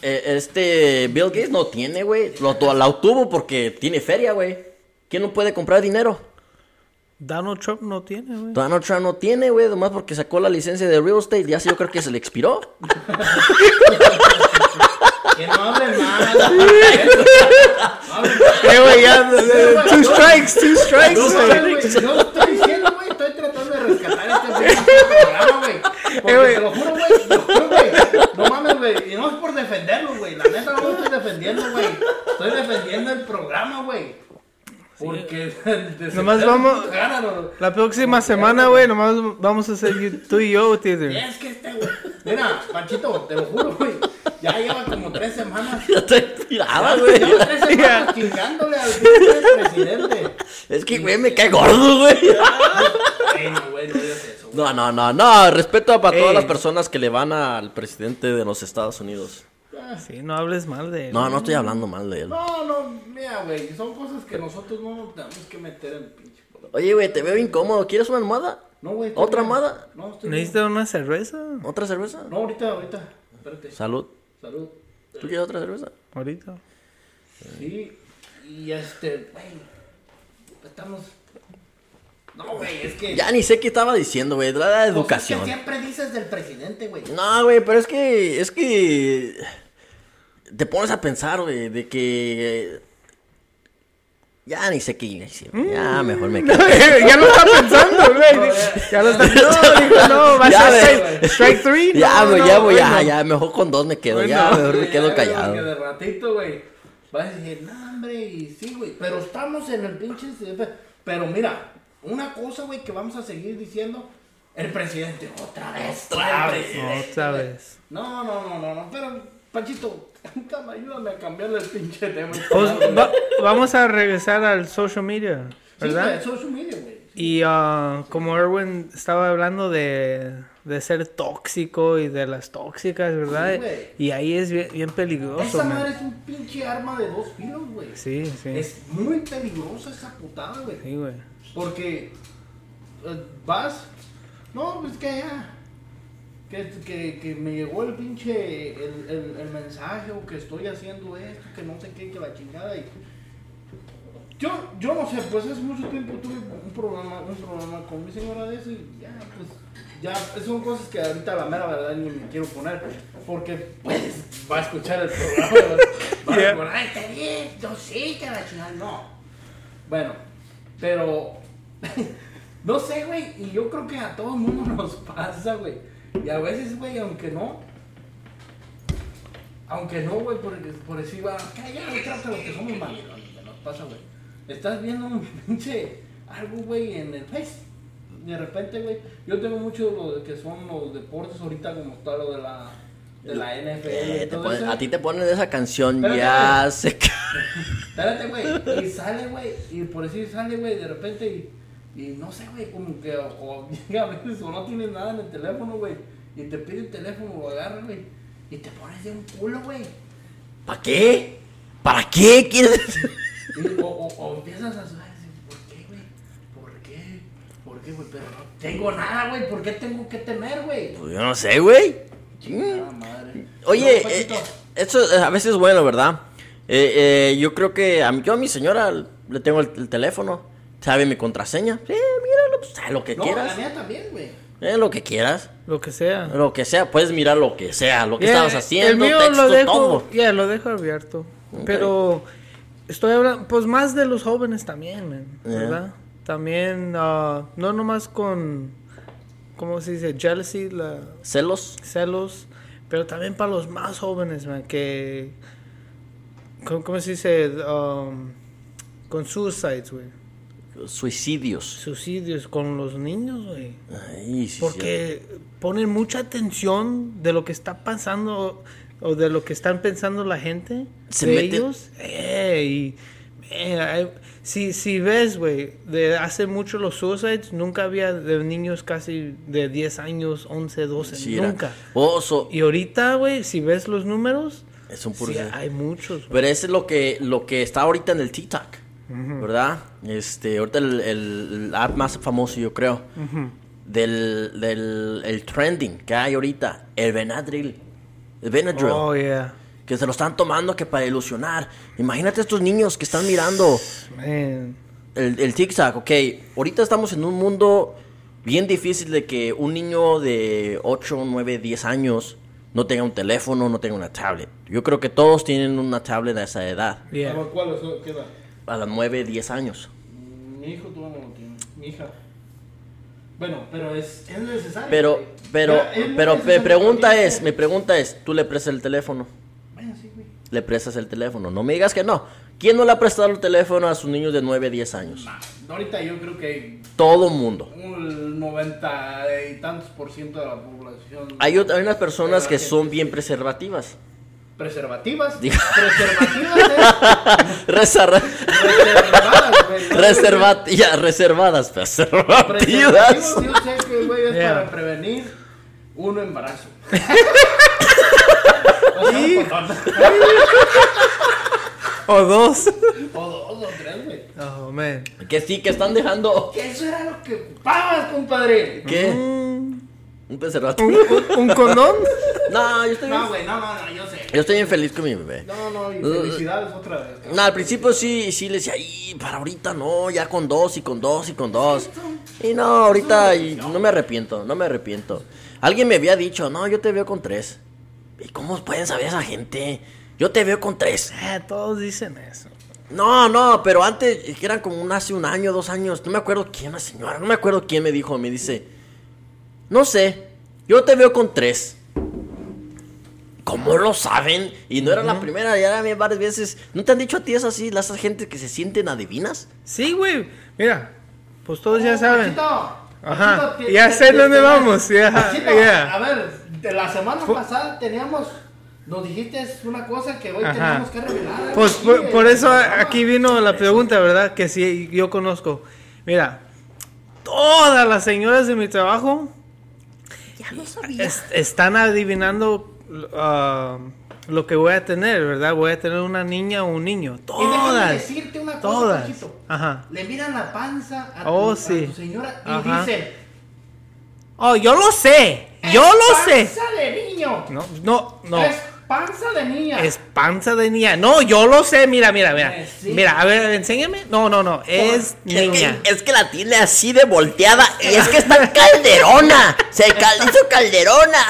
Speaker 2: Eh, este Bill Gates no tiene, güey. Lo, tu- la obtuvo porque tiene feria, güey. ¿Quién no puede comprar dinero?
Speaker 3: Donald Trump no tiene, güey.
Speaker 2: Donald Trump no tiene, güey, nomás porque sacó la licencia de real estate, ya sé, yo creo que se le expiró.
Speaker 1: Que no hablen mal. No hablen mal.
Speaker 2: (laughs) Eh, güey, ya,
Speaker 1: two
Speaker 2: strikes, two strikes.
Speaker 1: No, güey, no estoy diciendo, güey, estoy tratando de rescatar este pinche programa, güey. Porque
Speaker 3: Eh, güey.
Speaker 1: te lo juro, güey, te lo juro, güey. No mames, güey. Y no es por defenderlo, güey. La neta no lo estoy defendiendo, güey. Estoy defendiendo el programa, güey. Porque
Speaker 3: Nomás vamos-
Speaker 1: Gánalo.
Speaker 3: La próxima semana, güey, nomás vamos a hacer you- tú y yo, Tinder.
Speaker 1: Es que este, güey. Mira, Panchito, te lo juro, güey. Ya lleva como tres
Speaker 2: (laughs)
Speaker 1: semanas.
Speaker 2: (laughs) Ya te expiraba, güey.
Speaker 1: Lleva tres semanas chingándole al pinche presidente.
Speaker 2: Es que, güey, me cae gordo, güey.
Speaker 1: Ey, no, güey, no digas eso.
Speaker 2: No,
Speaker 1: güey.
Speaker 2: no, no, no, respeto para todas
Speaker 3: Ey.
Speaker 2: las personas que le van al presidente de los Estados Unidos.
Speaker 3: Sí, no hables mal de él.
Speaker 2: No, no estoy hablando mal de él.
Speaker 1: No, no, mira, güey, son cosas que nosotros no tenemos que meter en pinche. programa.
Speaker 2: Oye, güey, te veo incómodo, ¿quieres una almohada?
Speaker 1: No, güey. estoy
Speaker 2: ¿Otra
Speaker 1: bien.
Speaker 2: almohada?
Speaker 1: No, estoy bien.
Speaker 3: ¿Necesitas una cerveza?
Speaker 2: ¿Otra cerveza?
Speaker 1: No, ahorita, ahorita. Espérate.
Speaker 2: Salud.
Speaker 1: Salud.
Speaker 2: ¿Tú quieres otra cerveza?
Speaker 3: Ahorita.
Speaker 1: Sí. Y este, güey. Estamos. No, güey, es que.
Speaker 2: Ya ni sé qué estaba diciendo, güey, de la
Speaker 1: Pues es que
Speaker 2: educación.
Speaker 1: siempre dices del presidente, güey.
Speaker 2: No, güey, pero es que, es que te pones a pensar, güey, de que ya ni sé qué iba a decir, güey. Ya mejor
Speaker 3: (laughs)
Speaker 2: me quedo.
Speaker 3: Mm. ya lo está pensando, güey. Ya lo
Speaker 2: (laughs)
Speaker 3: está No, dijo, no, va a
Speaker 2: Ya,
Speaker 3: ser
Speaker 2: güey.
Speaker 3: strike- strike three.
Speaker 2: (laughs) ya,
Speaker 3: No,
Speaker 2: güey,
Speaker 3: no,
Speaker 2: ya, güey,
Speaker 3: hoy
Speaker 2: ya,
Speaker 3: no.
Speaker 2: ya, mejor con dos me quedo,
Speaker 3: Hoy
Speaker 2: ya,
Speaker 3: no.
Speaker 2: mejor me
Speaker 1: Ya,
Speaker 2: quedo
Speaker 1: güey, Que
Speaker 2: callado.
Speaker 1: de ratito, güey. Vas a decir, no, hombre, y sí, güey. Pero estamos en el pinche. CF". Pero mira, una cosa, güey, que vamos a seguir diciendo. El presidente, otra vez. Otra
Speaker 3: Otra vez.
Speaker 1: No, no, no, no, no. Pero, Panchito, cama, ayúdame a cambiarle el pinche tema.
Speaker 3: Os- Pues, va- vamos a regresar al social media, ¿verdad?
Speaker 1: Sí, güey, social media, güey.
Speaker 3: Y ah, como Erwin estaba hablando de, de ser tóxico y de las tóxicas, ¿verdad?
Speaker 1: Sí, güey.
Speaker 3: y ahí es bien, bien peligroso,
Speaker 1: Esa
Speaker 3: man.
Speaker 1: madre es un pinche arma de dos filos, güey.
Speaker 3: Sí, sí.
Speaker 1: Es muy peligrosa esa putada, güey.
Speaker 3: Sí, güey.
Speaker 1: Porque eh, vas. No, pues que ya. Que, que, que me llegó el pinche. El, el, el mensaje o que estoy haciendo esto, que no sé qué, que la chingada. Y... Yo, yo no sé, pues hace mucho tiempo tuve un problema, un problema con mi señora de eso y ya, pues. Ya, son cosas que ahorita la mera verdad ni me quiero poner. Porque, pues, va a escuchar el programa. va a
Speaker 3: Yeah.
Speaker 1: recordar, "Ay, está bien, yo sí, que la chingada, no. Bueno, pero (laughs) no sé, güey, y yo creo que a todo el mundo (laughs) nos pasa, güey. Y a veces, güey, aunque no, aunque no, güey, por, por decir, va, calla, güey, trátalo, que somos malos, nos pasa, güey. Estás viendo un (laughs) pinche algo, güey, en el Face. De repente, güey, yo tengo mucho lo de que son los deportes ahorita, como está lo de la, de la NFL.
Speaker 2: Eh,
Speaker 1: y
Speaker 2: te
Speaker 1: todo
Speaker 2: ponen-
Speaker 1: eso.
Speaker 2: a ti te ponen esa canción,
Speaker 1: Espérate,
Speaker 2: ya
Speaker 1: güey.
Speaker 2: se ca-
Speaker 1: Espérate, güey. Y sale, güey. Y por decir sale, güey, de repente. Y, y no sé, güey, como que o, o (laughs) llega a veces o no tienes nada en el teléfono, güey. Y te pide el teléfono, lo agarras, güey. Y te pones de un culo, güey.
Speaker 2: ¿Para qué? ¿Para qué quieres? (laughs)
Speaker 1: Y- O, o- o empiezas a sudar. y dices, ¿Por qué, güey? ¿Por qué? ¿Por qué, güey? Pero no tengo nada, güey. ¿Por qué tengo que temer, güey?
Speaker 2: Pues yo no sé, güey.
Speaker 1: Chingada madre.
Speaker 2: Oye,
Speaker 1: No,
Speaker 2: eh,
Speaker 1: Paquito.
Speaker 2: eso eh, a veces es bueno, ¿verdad? Eh, eh, yo creo que a mí- yo a mi señora le tengo el, el teléfono. Sabe mi contraseña. Sí, míralo, pues, sabe lo que
Speaker 1: no, la
Speaker 2: quieras.
Speaker 1: mía también, güey.
Speaker 2: Eh, lo que quieras.
Speaker 3: Lo que sea.
Speaker 2: Lo que sea, puedes mirar lo que sea, lo que
Speaker 3: Yeah,
Speaker 2: estabas haciendo,
Speaker 3: Eh, El mío
Speaker 2: texto,
Speaker 3: lo dejo,
Speaker 2: todo.
Speaker 3: yeah, lo dejo abierto. Pero estoy hablando, pues más de los jóvenes también, man,
Speaker 2: Yeah.
Speaker 3: ¿verdad? También, ah, no nomás con, ¿cómo se dice? Jealousy, la,
Speaker 2: Celos.
Speaker 3: celos, pero también para los más jóvenes, man, que, ¿cómo, cómo se dice? Um, con suicides, güey.
Speaker 2: Suicidios.
Speaker 3: Suicidios con los niños, güey.
Speaker 2: Ay, sí,
Speaker 3: Porque ponen mucha atención de lo que está pasando o de lo que están pensando la gente.
Speaker 2: Se
Speaker 3: de
Speaker 2: mete-
Speaker 3: ellos. Eh, y, eh, hay- si, si ves, güey, de hace mucho los suicides, nunca había de niños casi de 10 años, 11, 12,
Speaker 2: sí era.
Speaker 3: nunca.
Speaker 2: Oh, so-
Speaker 3: Y ahorita, güey, si ves los números,
Speaker 2: es un puro-
Speaker 3: sí, hay muchos. güey.
Speaker 2: Pero ese es lo que, lo que está ahorita en el TikTok, ¿verdad? Este, ahorita el, el- el app más famoso, yo creo, del, del el trending que hay ahorita, el Benadryl. El Benadryl.
Speaker 3: Oh, yeah.
Speaker 2: Que se lo están tomando que para ilusionar. Imagínate estos niños que están mirando
Speaker 3: Man.
Speaker 2: el, el TikTok, ok. Ahorita estamos en un mundo bien difícil de que un niño de 8, 9, 10 años no tenga un teléfono, no tenga una tablet. Yo creo que todos tienen una tablet a esa edad.
Speaker 3: Yeah.
Speaker 1: ¿Cuál- ¿Cuál es? ¿Qué edad?
Speaker 2: a las 9, 10 años.
Speaker 1: Mi hijo tú no lo tiene. Mi hija. Bueno, pero es, es necesario.
Speaker 2: Pero,
Speaker 1: güey.
Speaker 2: pero,
Speaker 1: Ya, es muy
Speaker 2: pero mi
Speaker 1: necesario
Speaker 2: pregunta
Speaker 1: también,
Speaker 2: es, mi
Speaker 1: güey.
Speaker 2: pregunta es, tú le prestas el teléfono,
Speaker 1: Bueno, sí, güey.
Speaker 2: le prestas el teléfono, no me digas que no. ¿Quién no le ha prestado el teléfono a sus niños de 9, 10 años?
Speaker 1: Ah, Ahorita yo creo que
Speaker 2: Todo mundo.
Speaker 1: un 90 y tantos por ciento de la población.
Speaker 2: Hay, ot- hay unas personas
Speaker 1: ¿Verdad
Speaker 2: que
Speaker 1: que-
Speaker 2: son bien preservativas. (laughs)
Speaker 1: Preservativas.
Speaker 2: Digo-
Speaker 1: Preservativas ¿eh?
Speaker 2: Reserva-
Speaker 1: es reservadas, güey.
Speaker 2: reservat- ya, reservadas,
Speaker 1: Preservativos,
Speaker 2: preservativas.
Speaker 1: yo sé que, güey, es
Speaker 3: Yeah.
Speaker 1: para prevenir
Speaker 2: (laughs)
Speaker 1: un embarazo. o sea, un condón.
Speaker 3: O dos.
Speaker 1: O dos o tres, güey.
Speaker 3: Oh, man.
Speaker 2: Que sí, que están dejando...
Speaker 1: Que eso era lo que ocupabas, compadre.
Speaker 2: ¿Qué?
Speaker 3: Mm,
Speaker 2: ¿Un
Speaker 3: ¿Un,
Speaker 2: preservativo?
Speaker 3: un- un condón?
Speaker 2: No, yo estoy bien,
Speaker 1: No, güey, no, no, no, yo sé.
Speaker 2: yo estoy bien feliz con mi bebé.
Speaker 1: No, no, y felicidades otra vez.
Speaker 2: No, al principio sí, sí le decía, y para ahorita no, ya con dos y con dos y con dos. Y no, ahorita y no me arrepiento, no me arrepiento. Alguien me había dicho, no, yo te veo con tres. ¿Y cómo pueden saber esa gente? Yo te veo con tres.
Speaker 3: Eh, todos dicen eso.
Speaker 2: No, no, pero antes, eh, que eran como un- hace un año, dos años, no me acuerdo quién, una señora, no me acuerdo quién me dijo, me dice, no sé, yo te veo con tres. ¿Cómo lo saben? Y no era la primera, ya era varias veces. ¿No te han dicho a ti eso así, las gente que se sienten adivinas?
Speaker 3: Sí, güey. Mira, pues todos
Speaker 2: Oh,
Speaker 3: ya saben. Ajá,
Speaker 1: Ajá.
Speaker 3: ya sé dónde vamos, ya, ya.
Speaker 1: A ver, de la semana pasada teníamos. Nos dijiste una cosa que hoy
Speaker 3: Ajá.
Speaker 1: tenemos que revelar. eh,
Speaker 3: Pues
Speaker 1: aquí,
Speaker 3: por,
Speaker 1: güey.
Speaker 3: por eso a- aquí vino la pregunta, ¿verdad? Que sí, yo conozco. Mira, todas las señoras de mi trabajo
Speaker 2: Ya lo sabía.
Speaker 3: es- están adivinando ah, lo que voy a tener, ¿verdad? Voy a tener una niña o un niño.
Speaker 1: Y déjame
Speaker 3: Todas.
Speaker 1: decirte una cosa,
Speaker 3: Todas.
Speaker 1: Panchito.
Speaker 3: Ajá.
Speaker 1: Le miran la panza a,
Speaker 3: Oh,
Speaker 1: tu, a
Speaker 3: sí.
Speaker 1: tu señora y
Speaker 3: Ajá.
Speaker 1: dicen.
Speaker 3: Oh, yo lo sé. Yo
Speaker 1: "Es
Speaker 3: lo sé.
Speaker 1: Panza de niño.
Speaker 3: No, no, no.
Speaker 1: Es panza de niña.
Speaker 3: Es panza de niña. No, yo lo sé. Mira, mira, mira.
Speaker 1: Eh, sí.
Speaker 3: Mira, a ver, enséñame. No, no, no. Es
Speaker 2: Es
Speaker 3: niña.
Speaker 2: que, es que la tiene así de volteada y es que está calderona. Se cal- hizo calderona.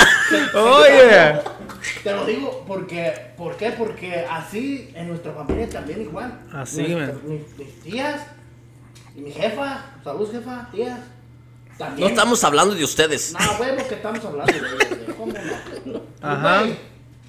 Speaker 3: Oye.
Speaker 1: Te lo digo porque, ¿por qué? Porque así en nuestra familia también igual.
Speaker 3: Así,
Speaker 1: Nuestra-
Speaker 3: man.
Speaker 1: mi- mis, tías y mi jefa, salud jefa, tías. También.
Speaker 2: No estamos hablando de ustedes.
Speaker 1: No, güey, porque estamos hablando de- de- ¿Cómo no?
Speaker 3: Ajá.
Speaker 1: Güey,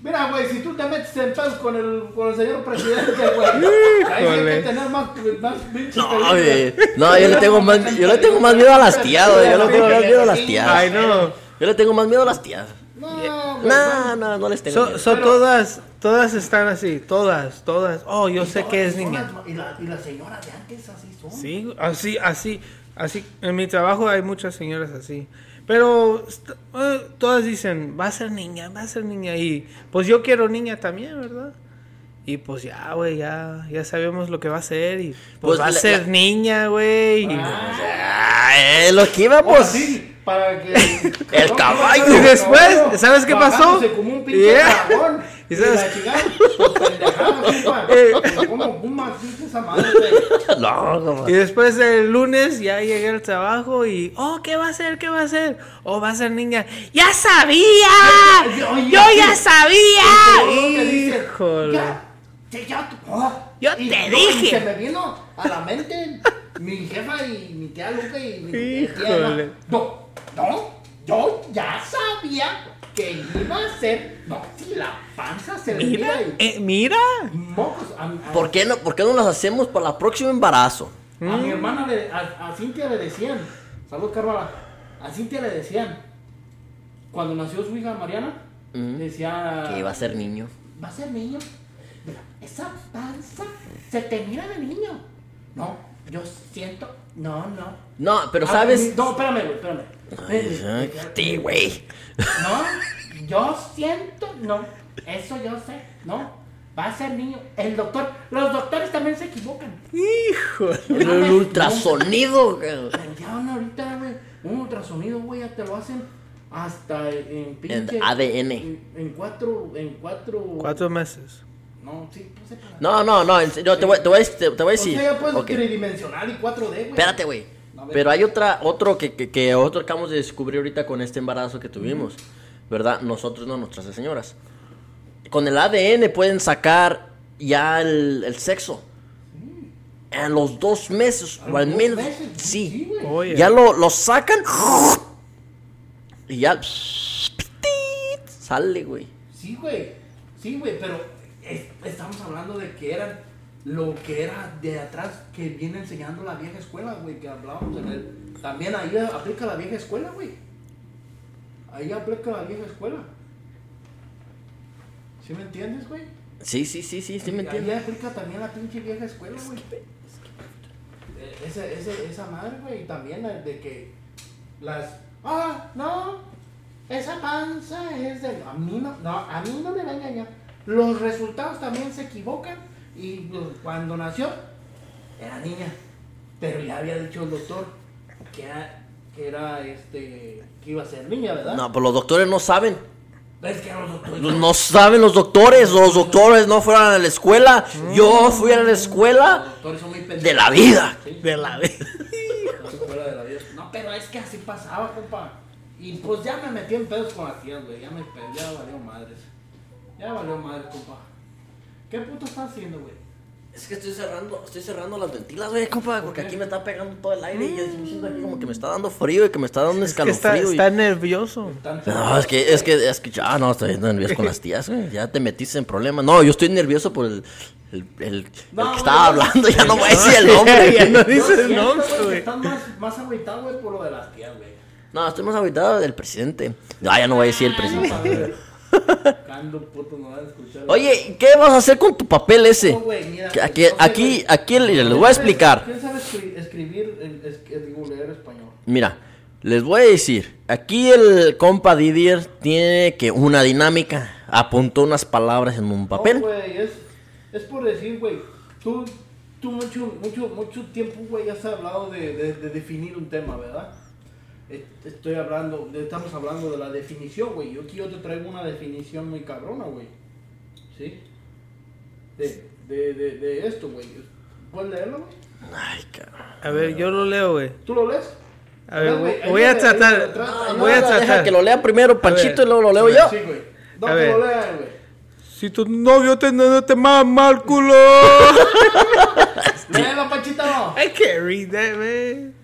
Speaker 1: Mira, güey, si tú te metes en pedos con el, con el señor presidente, güey. Ahí sí hay
Speaker 3: Híjole.
Speaker 1: que tener más, más
Speaker 2: (laughs)
Speaker 1: pinches
Speaker 2: No,
Speaker 1: peligros.
Speaker 2: güey. No, yo le tengo más, yo le tengo más miedo a las tías, güey. Yo le tengo más miedo a las
Speaker 3: Ay,
Speaker 2: tías.
Speaker 3: no.
Speaker 2: Yo le tengo más miedo a las tías.
Speaker 1: No, güey.
Speaker 2: No, no, no les tengo
Speaker 3: So,
Speaker 2: miedo.
Speaker 3: so
Speaker 1: Pero-
Speaker 3: todas, todas están así. Todas, todas. Oh, yo
Speaker 1: Y
Speaker 3: sé
Speaker 1: todas
Speaker 3: que es
Speaker 1: son
Speaker 3: niña.
Speaker 1: las- Y la, y la señora de antes así son.
Speaker 3: Sí, así, así, así. En mi trabajo hay muchas señoras así. Pero est- eh, todas dicen, va a ser niña, va a ser niña. Y pues yo quiero niña también, ¿verdad? Y pues ya, güey, ya, ya sabemos lo que va a ser. Y pues,
Speaker 2: Pues
Speaker 3: va a
Speaker 2: la-
Speaker 3: ser
Speaker 2: la-
Speaker 3: niña, güey. y-
Speaker 1: Ah.
Speaker 2: Ah, eh, lo que íbamos.
Speaker 1: Ahora sí, para
Speaker 3: (laughs)
Speaker 1: que.
Speaker 2: El caballo.
Speaker 3: Pues, Y después, ¿sabes qué pasó?
Speaker 1: Bajándose Como un pinche
Speaker 3: Yeah.
Speaker 1: dragón.
Speaker 3: (laughs) ¿Y
Speaker 1: Y
Speaker 3: sabes? Eh.
Speaker 1: la chingada, pues,
Speaker 3: (laughs)
Speaker 1: pendejada, compa. Como puma, pinche esa madre, güey.
Speaker 2: No, no,
Speaker 3: Y después el lunes ya llegué al trabajo y, oh, ¿qué va a ser? ¿Qué va a ser? Oh, va a ser niña. ¡Ya
Speaker 1: Ay,
Speaker 3: sabía!
Speaker 1: oye, sí.
Speaker 3: ¡Yo ya
Speaker 1: Pero luego te
Speaker 3: sabía!
Speaker 1: dice,
Speaker 3: Híjole.
Speaker 1: "Ya, te- ya tú- oh".
Speaker 3: Yo
Speaker 1: Y
Speaker 3: te
Speaker 1: no, y
Speaker 3: dije.
Speaker 1: Se me vino a la mente mi jefa y mi tía Luca y mi tía Eva.
Speaker 3: Híjole.
Speaker 1: No, no, yo ya sabía que iba a ser. No, si la panza se le
Speaker 3: Mira,
Speaker 1: mira y
Speaker 3: eh, mira.
Speaker 1: mocos. A, a-
Speaker 2: ¿Por qué no, por qué no las hacemos para el próximo embarazo?
Speaker 1: a
Speaker 2: Mm.
Speaker 1: mi hermana, le, a, a Cintia le decían. Salud, Carvala. A Cintia le decían. Cuando nació su hija Mariana,
Speaker 2: Ujú.
Speaker 1: decía.
Speaker 2: Mm. Que iba a ser niño.
Speaker 1: ¿Va a ser niño? Mira, esa panza se te mira de niño. No, yo siento. No, no.
Speaker 2: No, pero
Speaker 1: Ah,
Speaker 2: sabes.
Speaker 1: No, espérame, güey, espérame.
Speaker 2: Ay, ay, sí, güey.
Speaker 1: No, yo siento. No, eso yo sé. No, va a ser niño. El doctor. Los doctores también se equivocan.
Speaker 3: Híjole.
Speaker 2: Pero el ultrasonido. güey.
Speaker 1: Pero ya van ahorita, güey. Un ultrasonido, güey, ya te lo hacen hasta en pinche.
Speaker 2: En ADN.
Speaker 1: En, en cuatro. En cuatro.
Speaker 3: Cuatro meses.
Speaker 1: No, sí, no sé para-
Speaker 2: No, no, no. en serio, te voy, te voy a- te- te voy a decir.
Speaker 1: O sea, ya puedes
Speaker 2: Ok.
Speaker 1: tridimensional y 4D, güey.
Speaker 2: Espérate, güey.
Speaker 1: A ver.
Speaker 2: Pero hay otra, otro que, que, que otro acabamos de descubrir ahorita con este embarazo que tuvimos. ¿Verdad? Nosotros no, nuestras señoras. Con el ADN pueden sacar ya el, el sexo. A los dos meses,
Speaker 1: Mm. A los
Speaker 2: o al
Speaker 1: dos
Speaker 2: menos.
Speaker 1: meses,
Speaker 2: Sí.
Speaker 1: güey.
Speaker 3: Oye.
Speaker 2: Ya lo, lo sacan. Y ya. Sale, güey.
Speaker 1: Sí, güey. Sí, güey, pero es- estamos hablando de que eran lo que era de atrás que viene enseñando la vieja escuela, güey, que hablábamos en el... También ahí aplica la vieja escuela, güey. Ahí aplica la vieja escuela. ¿Sí me entiendes, güey?
Speaker 2: Sí, sí, sí, sí, sí, me
Speaker 1: Ahí
Speaker 2: entiendes.
Speaker 1: aplica también la pinche vieja escuela, güey. Eh, Esa, esa, esa madre, güey, y también la de que las... Ah, no, esa panza es de... A mí no, no, a mí no me va a engañar. Los resultados también se equivocan y pues, cuando nació era niña, pero ya había dicho el doctor que era, que era este, que iba a ser niña, ¿verdad?
Speaker 2: No, pues los doctores no saben.
Speaker 1: Es que los doctores...
Speaker 2: No saben los doctores, los doctores no fueron a la escuela. Yo fui a la
Speaker 1: Los
Speaker 2: escuela
Speaker 1: doctores son muy pendejos.
Speaker 2: de la vida.
Speaker 1: Sí.
Speaker 2: De la vida.
Speaker 1: No se fuera de la vida. No, pero es que así pasaba, compa. Y pues ya me metí en pedos con las tías, güey. Ya me pe- ya valió madres. Ya valió madres, compa. ¿Qué puto estás haciendo, güey?
Speaker 2: Es que estoy cerrando, estoy cerrando las ventilas, güey, compa, porque aquí me está pegando todo el aire y yo siento aquí como que me está dando frío y que me está dando un
Speaker 3: Que está,
Speaker 2: escalofrío. y-
Speaker 3: está nervioso.
Speaker 1: Tan-
Speaker 2: No, es que, es que, es que ya no estoy nervioso con las tías, güey. Ya te metiste en problemas. No, yo estoy nervioso por el, el, el- el
Speaker 1: No,
Speaker 2: que
Speaker 1: güey,
Speaker 2: estaba
Speaker 1: no.
Speaker 2: hablando. Ya no voy a decir (laughs) el nombre.
Speaker 3: Ya no
Speaker 1: Yo
Speaker 3: dice el
Speaker 1: siento,
Speaker 3: nombre,
Speaker 1: güey, que
Speaker 3: güey.
Speaker 1: Estás más, más agüitado, güey, por lo de las
Speaker 2: (laughs)
Speaker 1: tías, güey.
Speaker 2: No, estoy más habitado del presidente. Ah, ya no voy a decir el presidente.
Speaker 1: presidente. Cando puto, no van a escuchar.
Speaker 2: Oye, ¿qué vas a hacer con tu papel ese?
Speaker 1: No, güey, mira,
Speaker 2: Que
Speaker 1: güey,
Speaker 2: aquí,
Speaker 1: no sé,
Speaker 2: aquí,
Speaker 1: güey.
Speaker 2: aquí le- les
Speaker 1: ¿Quién
Speaker 2: voy a
Speaker 1: sabe-
Speaker 2: explicar.
Speaker 1: ¿Quién sabe escri- escribir, en- es, que digo, leer español?
Speaker 2: Mira, les voy a decir. Aquí el compa Didier tiene que una dinámica. Apuntó unas palabras en un
Speaker 1: No,
Speaker 2: papel.
Speaker 1: güey, es, es por decir, güey, tú, tú mucho, mucho, mucho tiempo, güey, has hablado de, de- de definir un tema, ¿verdad? Eh, Estoy hablando, de- estamos hablando de la definición, güey. Yo aquí yo te traigo una definición muy cabrona, güey. ¿Sí? De, de, de, de esto, güey. ¿Puedes leerlo, güey?
Speaker 2: Ay, cabrón.
Speaker 3: A ver, yo lo leo, güey.
Speaker 1: ¿Tú lo lees?
Speaker 3: A ver,
Speaker 1: No, güey,
Speaker 3: voy- voy a
Speaker 1: ayúdame,
Speaker 3: tratar.
Speaker 1: ayúdame, trata-
Speaker 3: Voy a
Speaker 2: No,
Speaker 3: tratar.
Speaker 2: Deja que lo lea primero Panchito
Speaker 3: ver.
Speaker 2: y luego lo leo yo.
Speaker 1: Sí, güey. No,
Speaker 3: A
Speaker 1: que
Speaker 3: ver.
Speaker 1: lo leas, güey.
Speaker 3: Si tu novio te, no te mama el (laughs) culo.
Speaker 1: Léelo, Pachita.
Speaker 3: I can't read that, man.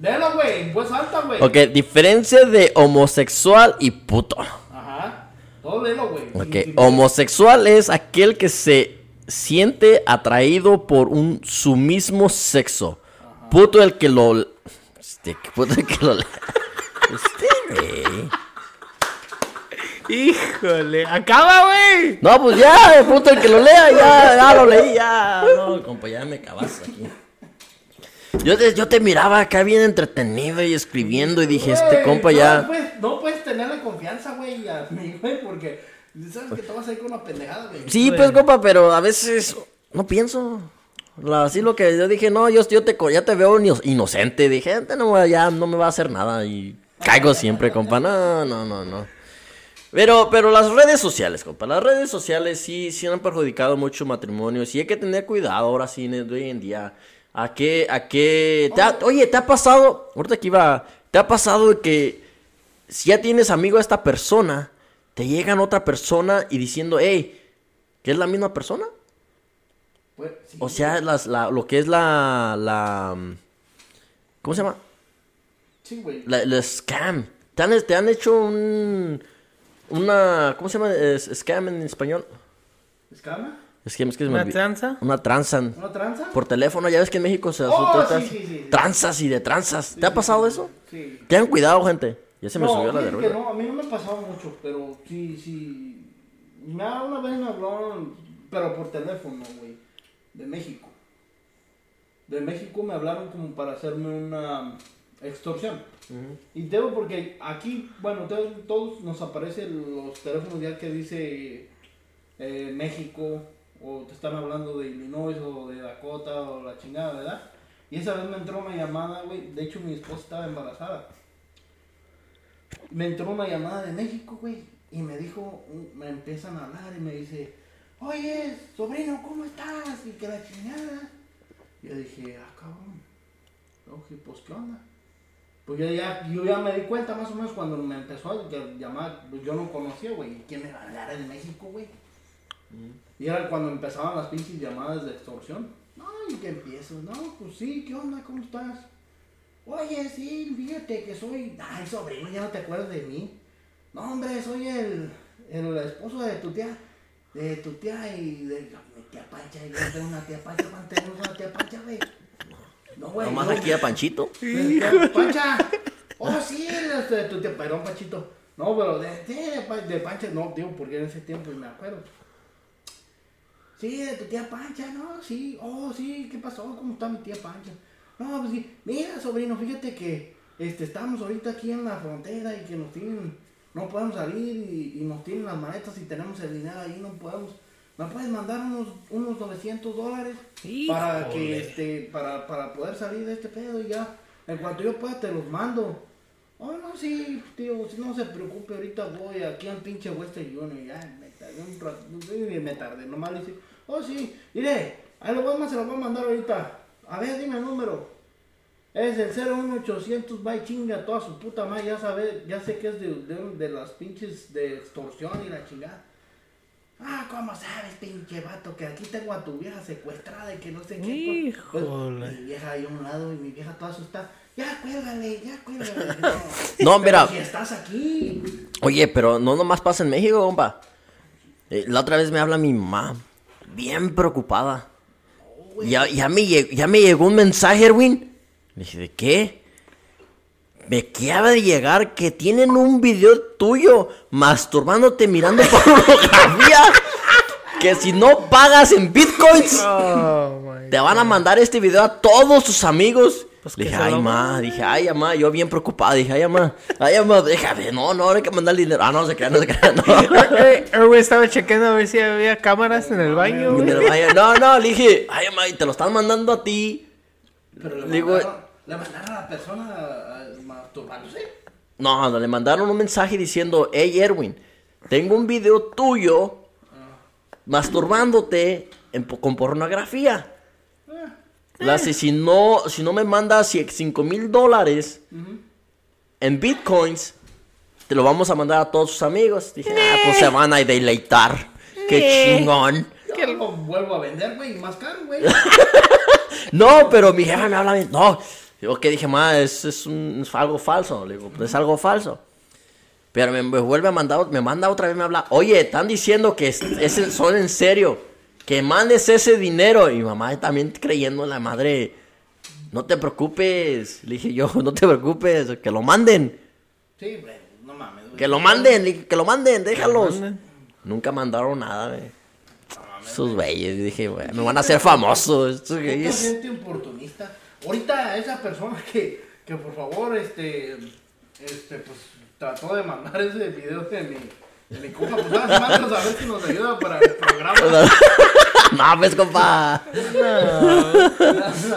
Speaker 1: Léelo, güey. En voz alta, güey.
Speaker 2: Ok, diferencia de homosexual y puto.
Speaker 1: Ajá. Todo léelo, güey.
Speaker 2: Ok,
Speaker 1: Sin- sin-
Speaker 2: homosexual es aquel que se siente atraído por un su mismo sexo. Puto el que lo. Este, que puto el que lo.
Speaker 1: (laughs)
Speaker 2: Este, güey.
Speaker 3: Híjole, acaba, güey.
Speaker 2: No, pues ya, el puto el que lo lea, ya, ya lo leí, ya. No, compa, ya me acabaste aquí. Yo te, yo te miraba acá bien entretenido y escribiendo y dije, este
Speaker 1: Güey,
Speaker 2: compa
Speaker 1: no
Speaker 2: ya.
Speaker 1: Puedes, no puedes tenerle confianza, güey, a mí, güey, porque sabes que te vas a ir con una pendejada, güey.
Speaker 2: Sí, pues compa, pero a veces no pienso. La- así lo que yo dije, no, yo, yo te, co- ya te veo ino- inocente. Dije, "Este no, me- ya no me va a hacer nada. Y caigo siempre, compa. No, no, no, no. Pero, pero las redes sociales, compa. Las redes sociales sí, sí han perjudicado mucho matrimonios. Y hay que tener cuidado ahora sí, en- hoy en día. ¿A qué, a qué? te ha- oye, ¿te ha pasado? Ahorita que iba. ¿Te ha pasado que si ya tienes amigo a esta persona, te llegan otra persona y diciendo, hey, ¿que es la misma persona?
Speaker 1: Pues, sí.
Speaker 2: O sea, las, la, lo que es la, la... mm, ¿Cómo se llama?
Speaker 1: Sí, güey.
Speaker 2: La, el scam. Te han, te han hecho un... Una... ¿Cómo se llama? Es- scam en español.
Speaker 1: ¿Escama?
Speaker 2: Es que, es que se me
Speaker 3: ¿Una
Speaker 2: olvidó.
Speaker 3: tranza?
Speaker 2: Una transan.
Speaker 1: ¿Una tranza?
Speaker 2: Por teléfono, ya ves que en México se
Speaker 1: Oh,
Speaker 2: asuntan
Speaker 1: sí, sí, sí, sí.
Speaker 2: tranzas y de tranzas. ¿Te ha pasado eso?
Speaker 1: Sí.
Speaker 2: Tengan cuidado, gente. Ya se me
Speaker 1: no,
Speaker 2: subió la
Speaker 1: fíjate que
Speaker 2: vergüenza.
Speaker 1: no, a mí no me ha pasado mucho, pero sí, sí. Me ha- una vez me hablaron, pero por teléfono, güey, de México. De México me hablaron como para hacerme una extorsión. Y tengo porque aquí, bueno, tengo- todos nos aparecen los teléfonos ya que dice eh, México, o te están hablando de Illinois o de Dakota o la chingada, ¿verdad? Y esa vez me entró una llamada, güey. De hecho, mi esposa estaba embarazada me entró una llamada de México, güey, y me dijo, me empiezan a hablar y me dice, oye, sobrino, ¿cómo estás? Y que la chingada. Yo dije, ah, cabrón. Oye, pues, ¿qué onda? Pues yo ya, yo ya me di cuenta más o menos cuando me empezó a ll- llamar, pues yo no conocía, güey, ¿y quién me va a hablar en México, güey?
Speaker 2: Mm.
Speaker 1: Y era cuando empezaban las pinches llamadas de extorsión. No, y que empiezo, no, pues sí, ¿qué onda? ¿Cómo estás? Oye, sí, fíjate que soy. Ay, sobrino, ya no te acuerdas de mí. No, hombre, soy el, el esposo de tu tía. De tu tía y de mi tía Pancha. Y yo tengo una tía Pancha, ¿cuándo tenemos una tía Pancha, güey? No, güey.
Speaker 2: Nomás
Speaker 1: no,
Speaker 2: aquí a Panchito.
Speaker 1: de tía Pancha. Oh, sí, de tu tía, perdón, Panchito. No, pero de, sí, de, Pa- de Pancha, no, digo, porque en ese tiempo me acuerdo. Sí, de tu tía Pancha, ¿no? Sí, oh, sí, ¿qué pasó? ¿Cómo está mi tía Pancha? No, pues sí, mira, sobrino, fíjate que este, estamos ahorita aquí en la frontera y que nos tienen, no podemos salir y, y nos tienen las maletas y tenemos el dinero ahí, no podemos. ¿Me puedes mandar unos, unos 900 dólares para, que,
Speaker 3: Híjole.
Speaker 1: este, para, para poder salir de este pedo y ya? En cuanto yo pueda te los mando. Oh, no, sí, tío, si no se preocupe, ahorita voy aquí al pinche Western Union, ya, me tardé un rato, no sé, ni me tardé, nomás le dije, oh, sí, mire, ahí lo vamos, se lo voy a mandar ahorita, a ver, dime el número, es el 01800, va y chinga toda su puta madre, ya sabe, ya sé que es de, de, de las pinches de extorsión y la chingada. Ah, ¿cómo sabes, pinche vato? Que aquí tengo a tu vieja secuestrada y que no sé qué. Pues,
Speaker 3: Híjole.
Speaker 1: mi vieja ahí a un lado y mi vieja toda asustada. Ya, cuélgale, ya,
Speaker 2: (laughs)
Speaker 1: cuélgale. No,
Speaker 2: No, mira.
Speaker 1: Pero Si estás aquí.
Speaker 2: Oye, pero no nomás pasa en México, compa. Eh, la otra vez me habla mi mamá, bien preocupada. Ya, ya, me, lle- ya me llegó un mensaje, Erwin. Le dije, ¿de qué? Me acaba de llegar que tienen un video tuyo masturbándote mirando (laughs) pornografía. que si no pagas en bitcoins,
Speaker 3: Oh, my
Speaker 2: te van a mandar este video a todos tus amigos.
Speaker 3: Pues
Speaker 2: Le
Speaker 3: que
Speaker 2: dije,
Speaker 3: se
Speaker 2: ay,
Speaker 3: lo
Speaker 2: ma, dije, ay, ma, yo bien preocupada, dije, ay, ma, ay, ma, déjame, no, no, ahora hay que mandar dinero. Ah, no, se crean, no se crean, no.
Speaker 3: (laughs) Eh, eh, güey, estaba chequeando a ver si había cámaras en el baño, güey.
Speaker 2: Dinero, ay, No, no, le dije, ay, ma, y te lo están mandando a ti.
Speaker 1: Pero le
Speaker 2: Digo-
Speaker 1: mandaron, le mandaron a la persona a- a- masturbándose.
Speaker 2: No, no, le mandaron un mensaje diciendo, hey, Erwin, tengo un video tuyo masturbándote en po- con pornografía. La, si, si no, si no me mandas 5 mil dólares en bitcoins, te lo vamos a mandar a todos sus amigos. Dije, ah, pues se van a deleitar. Qué chingón.
Speaker 1: Yo lo vuelvo a vender, güey, y más caro, güey.
Speaker 2: No, pero mi jefa me habla bien. No. Yo que dije, ma, es, es, un- es algo falso. Le digo, es algo falso. Pero me, me vuelve a mandar, me manda otra vez, me habla. Oye, están diciendo que es- es en- son en serio. Que mandes ese dinero. Y mi mamá también creyendo en la madre. No te preocupes. Le dije yo, no te preocupes. Que lo manden.
Speaker 1: Sí, güey, no mames, güey.
Speaker 2: Que lo manden. le dije, Que lo manden. Déjalos.
Speaker 3: manden.
Speaker 2: Nunca mandaron nada, güey. Sus güeyes. Dije, güey, me van a hacer famosos. Estos
Speaker 1: Puta
Speaker 2: güeyes.
Speaker 1: gente oportunista. Ahorita esa persona (laughs) que, que por favor, este, este, pues trató de mandar ese
Speaker 3: (laughs)
Speaker 1: video de mi, de mi compa, pues nada más a ver si nos ayuda para el programa.
Speaker 2: (laughs) no, pues, compa.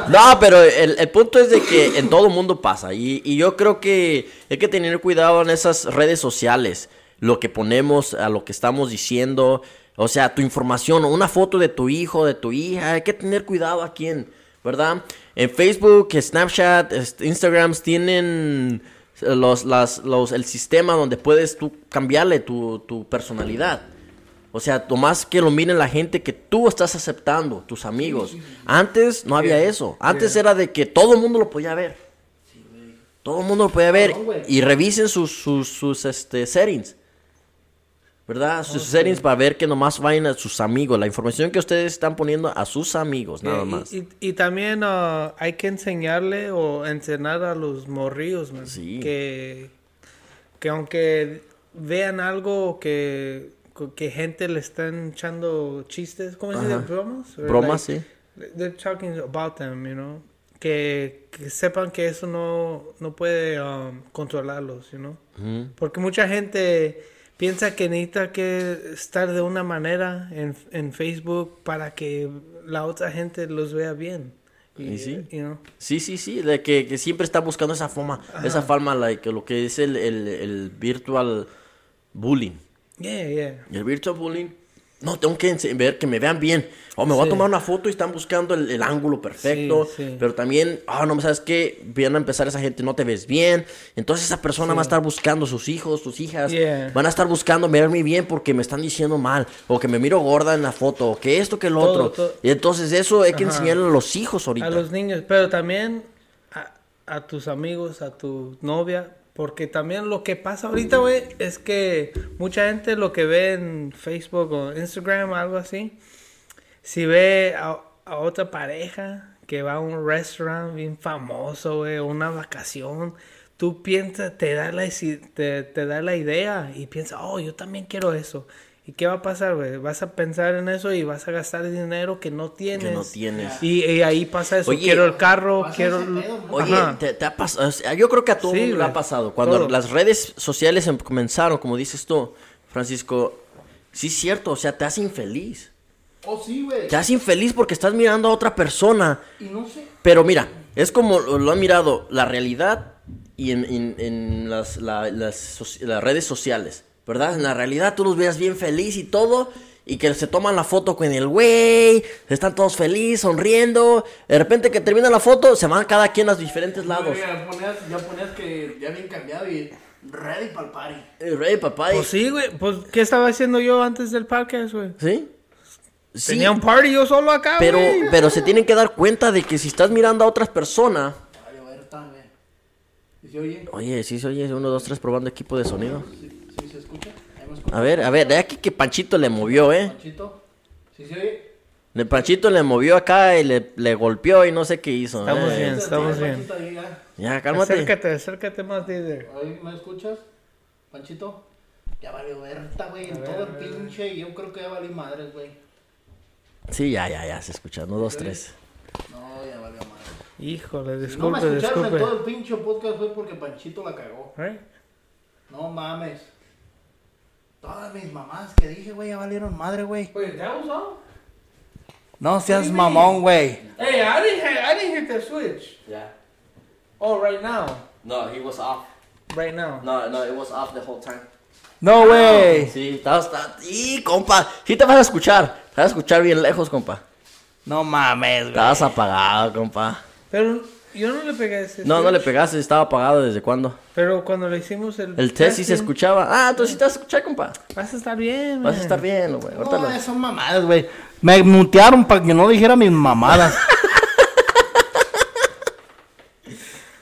Speaker 2: No, pero el, el punto es de que en todo mundo pasa. Y, y yo creo que hay que tener cuidado en esas redes sociales. Lo que ponemos, a lo que estamos diciendo. O sea, tu información, o una foto de tu hijo, de tu hija. Hay que tener cuidado a quién, ¿verdad? En Facebook, Snapchat, este, Instagram tienen los, las, los, el sistema donde puedes tú cambiarle tu, tu personalidad. O sea, más que lo miren la gente que tú estás aceptando, tus amigos. Antes no había eso. Antes era de que todo el mundo lo podía ver. Todo el mundo lo podía ver.
Speaker 1: Cabrón, güey.
Speaker 2: Y revisen sus, sus, sus, este, settings. ¿Verdad? Sus settings para ver que nomás vayan a sus amigos. La información que ustedes están poniendo a sus amigos, nada
Speaker 3: Eh, y-
Speaker 2: más.
Speaker 3: Y, y también ah, hay que enseñarle o enseñar a los morrillos, man,
Speaker 2: Sí.
Speaker 3: que, que aunque vean algo que, que gente le están echando chistes, ¿cómo se dice?
Speaker 2: Ajá.
Speaker 3: ¿Bromas? Or
Speaker 2: Bromas, sí.
Speaker 3: They're talking about them, you know? Que, que sepan que eso no, no puede um, controlarlos, you know?
Speaker 2: Ujú.
Speaker 3: Porque mucha gente piensa que necesita que estar de una manera en, en Facebook para que la otra gente los vea bien.
Speaker 2: Y sí.
Speaker 3: you know.
Speaker 2: Sí, sí, sí, de que, que siempre está buscando esa forma, esa fama, like, lo que es el, el, el virtual bullying.
Speaker 3: Yeah, yeah.
Speaker 2: Y el virtual bullying, no, tengo que ense- ver que me vean bien. O me voy
Speaker 3: Sí.
Speaker 2: a tomar una foto y están buscando el, el ángulo perfecto.
Speaker 3: Sí, sí.
Speaker 2: Pero también, ah, no, ¿sabes qué? Van a empezar esa gente, no te ves bien. Entonces esa persona va a estar buscando sus hijos, sus hijas.
Speaker 3: Yeah.
Speaker 2: Van a estar buscando verme bien porque me están diciendo mal. O que me miro gorda en la foto. O que esto, que lo
Speaker 3: Todo,
Speaker 2: otro.
Speaker 3: todo.
Speaker 2: Y entonces eso hay que
Speaker 3: Ajá.
Speaker 2: enseñarle a los hijos ahorita.
Speaker 3: A los niños, pero también a, a tus amigos, a tu novia, porque también lo que pasa ahorita, güey, es que mucha gente lo que ve en Facebook o Instagram o algo así, si ve a, a otra pareja que va a un restaurant bien famoso, güey, o una vacación, tú piensas, te da, la, isi- te, te da la idea y piensas, oh, yo también quiero eso. ¿Y qué va a pasar, güey? Vas a pensar en eso y vas a gastar dinero que no tienes.
Speaker 2: Que no tienes.
Speaker 3: Y, y ahí pasa eso.
Speaker 2: Oye,
Speaker 3: quiero el carro,
Speaker 1: pasa
Speaker 3: quiero.
Speaker 1: ese pedo, ¿no?
Speaker 2: Oye,
Speaker 3: Ajá.
Speaker 2: te, te ha pasado, o sea, yo creo que a todo
Speaker 3: Sí,
Speaker 2: mundo le
Speaker 3: güey.
Speaker 2: ha pasado. Cuando
Speaker 3: Todo.
Speaker 2: las redes sociales em- comenzaron, como dices tú, Francisco, sí es cierto, o sea, te hace infeliz.
Speaker 1: Oh, sí, güey.
Speaker 2: Te hace infeliz porque estás mirando a otra persona.
Speaker 1: Y no sé.
Speaker 2: Pero mira, es como lo, lo han mirado la realidad y en, en- en las, la- las soci- las redes sociales, ¿verdad? En la realidad tú los veas bien feliz y todo. Y que se toman la foto con el güey, están todos felices, sonriendo. De repente que termina la foto, se van cada quien a los diferentes lados.
Speaker 1: Ya ponías, ya ponías que ya bien cambiado y ready para el party.
Speaker 2: El rey, papá. y-
Speaker 3: Pues sí, güey. Pues, ¿qué estaba haciendo yo antes del podcast, güey?
Speaker 2: ¿Sí? Sí,
Speaker 3: Tenía un party yo solo acá,
Speaker 2: pero,
Speaker 3: güey.
Speaker 2: pero se tienen que dar cuenta de que si estás mirando a otras personas...
Speaker 1: Ya va a llover tarde. Dice, oye,
Speaker 2: Oye, sí se oye, uno, dos, tres, probando equipo de sonido.
Speaker 1: ¿sí, sí se escucha? Ahí me escucha.
Speaker 2: A ver, a ver, de aquí que Panchito le movió, ¿eh?
Speaker 1: Panchito. ¿Sí se oye?
Speaker 2: Le Panchito le movió acá y le, le golpeó y no sé qué hizo.
Speaker 3: Estamos
Speaker 2: eh.
Speaker 3: bien. Estamos bien.
Speaker 1: Panchito, ahí ya.
Speaker 2: Ya, cálmate.
Speaker 3: Acércate, acércate más, líder.
Speaker 1: Ahí, ¿Me escuchas? Panchito. Ya va a llover, ta, güey, en todo el pinche. y Yo creo que ya valí madres, güey.
Speaker 2: Sí, ya, ya, ya, se escucha. Uno, dos, tres.
Speaker 1: No, ya valió madres.
Speaker 3: Híjole,
Speaker 1: Si no me
Speaker 3: disculpe,
Speaker 1: escucharon en
Speaker 3: disculpe. ¿Eh?
Speaker 1: todo el pinche podcast fue porque Panchito la cagó.
Speaker 3: Right?
Speaker 1: No mames. Todas mis mamás que dije, güey, ya valieron madre, güey.
Speaker 3: Wait, that was all?
Speaker 1: No seas mamón, güey.
Speaker 3: Hey, I didn't, hit- I didn't hit the switch.
Speaker 2: Ya.
Speaker 3: Oh, right now.
Speaker 2: No, he was off.
Speaker 3: Right now.
Speaker 2: No, no, it was off the whole time.
Speaker 1: No, güey.
Speaker 2: Sí, estaba hasta... Y, compa, sí te vas a escuchar. Te vas a escuchar bien lejos, compa.
Speaker 1: No mames, güey.
Speaker 2: Estabas apagado, compa.
Speaker 3: Pero yo no le pegué a ese.
Speaker 2: No, no
Speaker 1: (laughs)
Speaker 3: switch.
Speaker 2: le pegaste, estaba apagado desde cuándo.
Speaker 3: Pero cuando le hicimos el.
Speaker 2: El test sí se
Speaker 3: testing,
Speaker 2: escuchaba. Ah, entonces sí te vas a escuchar, compa.
Speaker 3: Vas a estar bien, eh.
Speaker 2: Vas a
Speaker 3: man.
Speaker 2: estar bien, güey. Ahorita
Speaker 1: No,
Speaker 2: lo-
Speaker 1: son mamadas, güey. Me mutearon para que no dijera mis mamadas.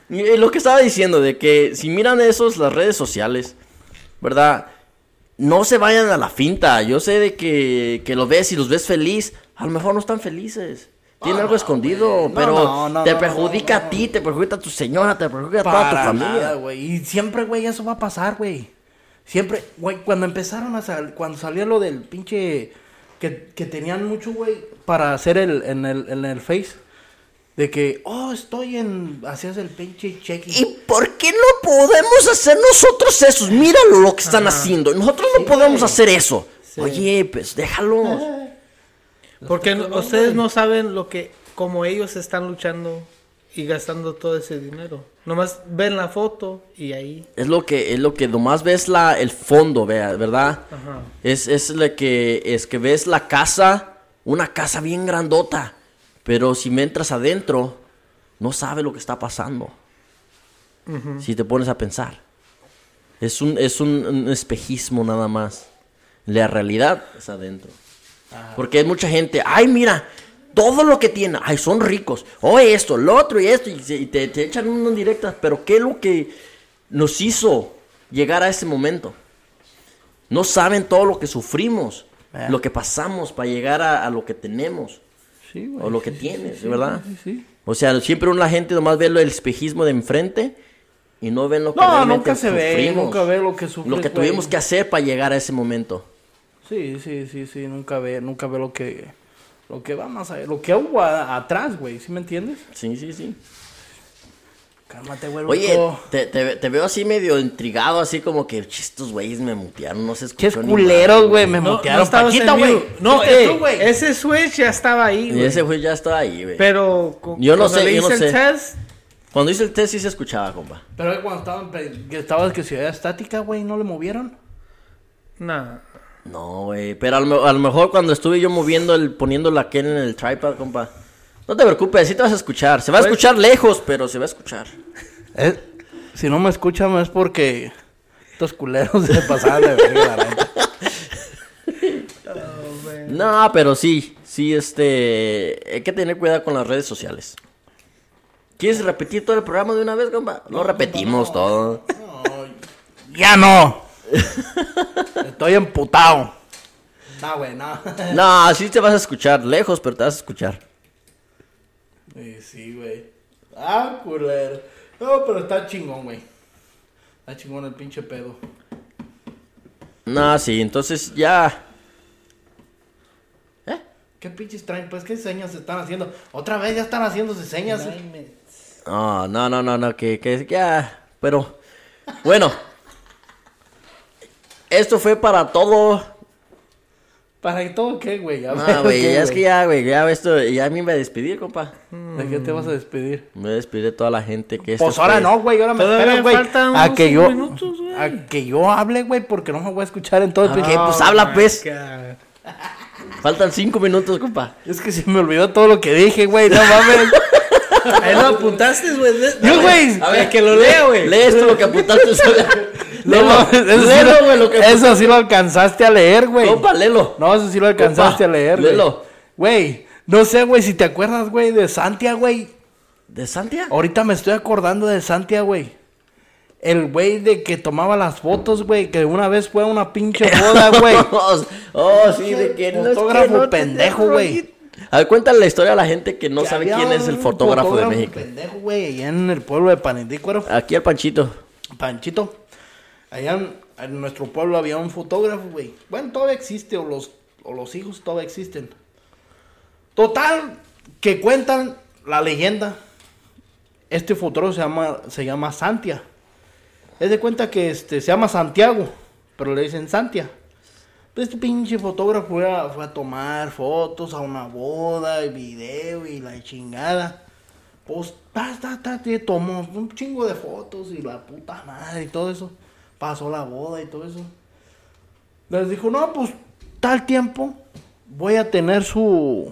Speaker 2: Y- y Lo que estaba diciendo, de que si miran esos, las redes sociales, ¿verdad? No se vayan a la finta. Yo sé de que, que lo ves y los ves feliz. A lo mejor no están felices. Tienen algo escondido, pero
Speaker 1: Ah, no, no,
Speaker 2: te
Speaker 1: no,
Speaker 2: perjudica
Speaker 1: no, no,
Speaker 2: a ti, te perjudica a tu señora, te perjudica a toda tu familia.
Speaker 1: nada, güey. Y siempre, güey, eso va a pasar, güey. Siempre, güey, cuando empezaron a sal, cuando salía lo del pinche que, que tenían mucho, güey, para hacer el en el en el Face de que, "Oh, estoy en hacías el pinche check
Speaker 2: ¿Y por qué no podemos hacer nosotros eso? Míralo lo que están haciendo. Nosotros no podemos hacer eso. Oye, pues déjalos.
Speaker 3: Porque no- ustedes no saben lo que, como ellos están luchando y gastando todo ese dinero. Nomás ven la foto y ahí.
Speaker 2: Es lo que, es lo que nomás ves la, el fondo, vea, ¿verdad?
Speaker 3: Ajá.
Speaker 2: Es, es la que, es que ves la casa, una casa bien grandota. Pero si me entras adentro, no sabes lo que está pasando. Si te pones a pensar. Es un, es un, un espejismo nada más. La realidad es adentro. Porque hay mucha gente, ay, mira, todo lo que tiene, ay, son ricos, oh, esto, lo otro y esto, y, se- y te, te echan unas directas, pero ¿qué es lo que nos hizo llegar a ese momento? No saben todo lo que sufrimos,
Speaker 1: Ah.
Speaker 2: lo que pasamos para llegar a, a lo que tenemos,
Speaker 1: Sí, güey,
Speaker 2: o lo que
Speaker 1: sí, sí,
Speaker 2: tienes,
Speaker 1: sí,
Speaker 2: ¿verdad?
Speaker 1: Sí, sí.
Speaker 2: O sea, siempre una gente nomás ve lo del espejismo de enfrente y no ven lo que
Speaker 1: No,
Speaker 2: realmente
Speaker 1: nunca se ve,
Speaker 2: sufrimos,
Speaker 1: nunca ve lo que
Speaker 2: lo
Speaker 1: sufres,
Speaker 2: que
Speaker 1: güey.
Speaker 2: tuvimos que hacer para llegar a ese momento.
Speaker 1: Sí, sí, sí, sí, nunca ve, nunca ve lo que lo que va más allá, lo que hubo a- atrás, güey, ¿sí me entiendes?
Speaker 2: Sí, sí, sí.
Speaker 1: Cálmate, güey.
Speaker 2: Oye,
Speaker 1: loco.
Speaker 2: te, te- te veo así medio intrigado, así como que "Ch, estos güeyes me mutearon, no se escuchó
Speaker 1: Qué
Speaker 2: ni
Speaker 1: culeros,
Speaker 2: madre,
Speaker 1: güey, me
Speaker 3: No,
Speaker 1: mutearon.
Speaker 3: estabas en
Speaker 1: Paquita, güey.
Speaker 3: mute. No, eh,
Speaker 1: Fuiste
Speaker 3: ey,
Speaker 1: tú, güey.
Speaker 3: ese switch ya estaba ahí,
Speaker 2: Y
Speaker 3: güey.
Speaker 2: ese güey ya estaba ahí, güey.
Speaker 3: Pero cu-
Speaker 2: Yo no
Speaker 3: cuando
Speaker 2: sé,
Speaker 3: le
Speaker 2: yo no
Speaker 3: hice el
Speaker 2: sé.
Speaker 3: test,
Speaker 2: Cuando hice el test sí se escuchaba, compa.
Speaker 1: Pero cuando estaban pe- que estabas que ciudad estática, güey, no le movieron.
Speaker 3: nah.
Speaker 2: No, güey, pero a lo, me- a lo mejor cuando estuve yo moviendo el, poniéndolo aquí en el tripod, compa. No te preocupes, sí te vas a escuchar. Se va a
Speaker 3: Pues-
Speaker 2: escuchar lejos, pero se va a escuchar.
Speaker 1: Si no me escuchan es porque estos culeros se pasaban de verga, la neta.
Speaker 2: No, pero sí, sí, este, hay que tener cuidado con las redes sociales. ¿Quieres repetir todo el programa de una vez, compa? Lo repetimos todo.
Speaker 1: Ya no. Estoy emputado. No, güey, no.
Speaker 2: No, sí te vas a escuchar lejos, pero te vas a escuchar.
Speaker 1: Y sí, güey. Ah, culero. No, pero está chingón, güey. Está chingón el pinche pedo.
Speaker 2: No, sí, entonces ya. ¿Eh?
Speaker 1: ¿Qué pinches traen? Pues, ¿qué señas se están haciendo? Otra vez ya están haciéndose señas.
Speaker 2: Eh, No, no, no, no, no, que, que ya. Pero, bueno. Esto fue para todo.
Speaker 1: ¿Para que todo qué, güey? (laughs) A ver,
Speaker 2: No, güey,
Speaker 1: ¿qué,
Speaker 2: ya es que
Speaker 1: güey?
Speaker 2: ya, güey, ya esto, ya me iba a despedir, compa.
Speaker 1: ¿De qué te vas a despedir?
Speaker 2: Me despidió toda la gente que
Speaker 1: Pues
Speaker 2: esto
Speaker 1: ahora
Speaker 2: fue-
Speaker 1: no, güey, ahora me
Speaker 3: Todavía
Speaker 1: esperan, güey.
Speaker 3: faltan
Speaker 1: A
Speaker 3: unos
Speaker 1: que
Speaker 3: cinco
Speaker 1: yo
Speaker 3: minutos, güey.
Speaker 1: a que yo hable, güey, porque no me voy a escuchar en todo el
Speaker 2: ¿Qué?
Speaker 1: pinche-
Speaker 2: Pues
Speaker 3: Oh
Speaker 2: habla,
Speaker 3: my
Speaker 2: pues.
Speaker 3: God.
Speaker 2: Faltan cinco minutos, compa.
Speaker 1: Es que se me olvidó todo lo que dije, güey, no mames.
Speaker 3: Ahí lo (laughs) apuntaste, güey.
Speaker 1: (laughs) Yo, güey.
Speaker 2: A ver,
Speaker 3: que lo lea, güey.
Speaker 2: Lee esto lo que apuntaste. (laughs)
Speaker 1: No mames, eso sí
Speaker 2: léelo,
Speaker 1: lo-
Speaker 2: güey, lo que
Speaker 1: Eso sí lo alcanzaste a leer, güey.
Speaker 2: Compa, léelo.
Speaker 1: No, eso sí lo alcanzaste
Speaker 2: Compa,
Speaker 1: a leer, güey.
Speaker 2: léelo.
Speaker 1: Güey, no sé, güey, si te acuerdas, güey, de Santia, güey.
Speaker 2: ¿De Santia?
Speaker 1: Ahorita me estoy acordando de Santia, güey. El güey de que tomaba las fotos, güey, que una vez fue a una pinche boda, (laughs) güey.
Speaker 2: (laughs) oh, sí, de que no es que
Speaker 1: Fotógrafo
Speaker 2: no te-
Speaker 1: pendejo, güey.
Speaker 2: A ver, cuéntale la historia a la gente que no
Speaker 1: Que
Speaker 2: sabe
Speaker 1: había
Speaker 2: quién es el
Speaker 1: un
Speaker 2: fotógrafo, de México.
Speaker 1: Pendejo, güey, allá en el pueblo de Panendico, era
Speaker 2: Aquí el Panchito.
Speaker 1: Panchito. Allá en, en nuestro pueblo había un fotógrafo, güey. Bueno, todavía existe, o los, o los hijos todavía existen. Total, que cuentan la leyenda. Este fotógrafo se llama, se llama Santia. Es de cuenta que este, se llama Santiago, pero le dicen Santia. Pues este pinche fotógrafo fue a, fue a tomar fotos a una boda, y video y la chingada. Pues, ta, ta, ta, te tomó un chingo de fotos y la puta madre y todo eso. Pasó la boda y todo eso. Les dijo, no, pues, tal tiempo voy a tener su,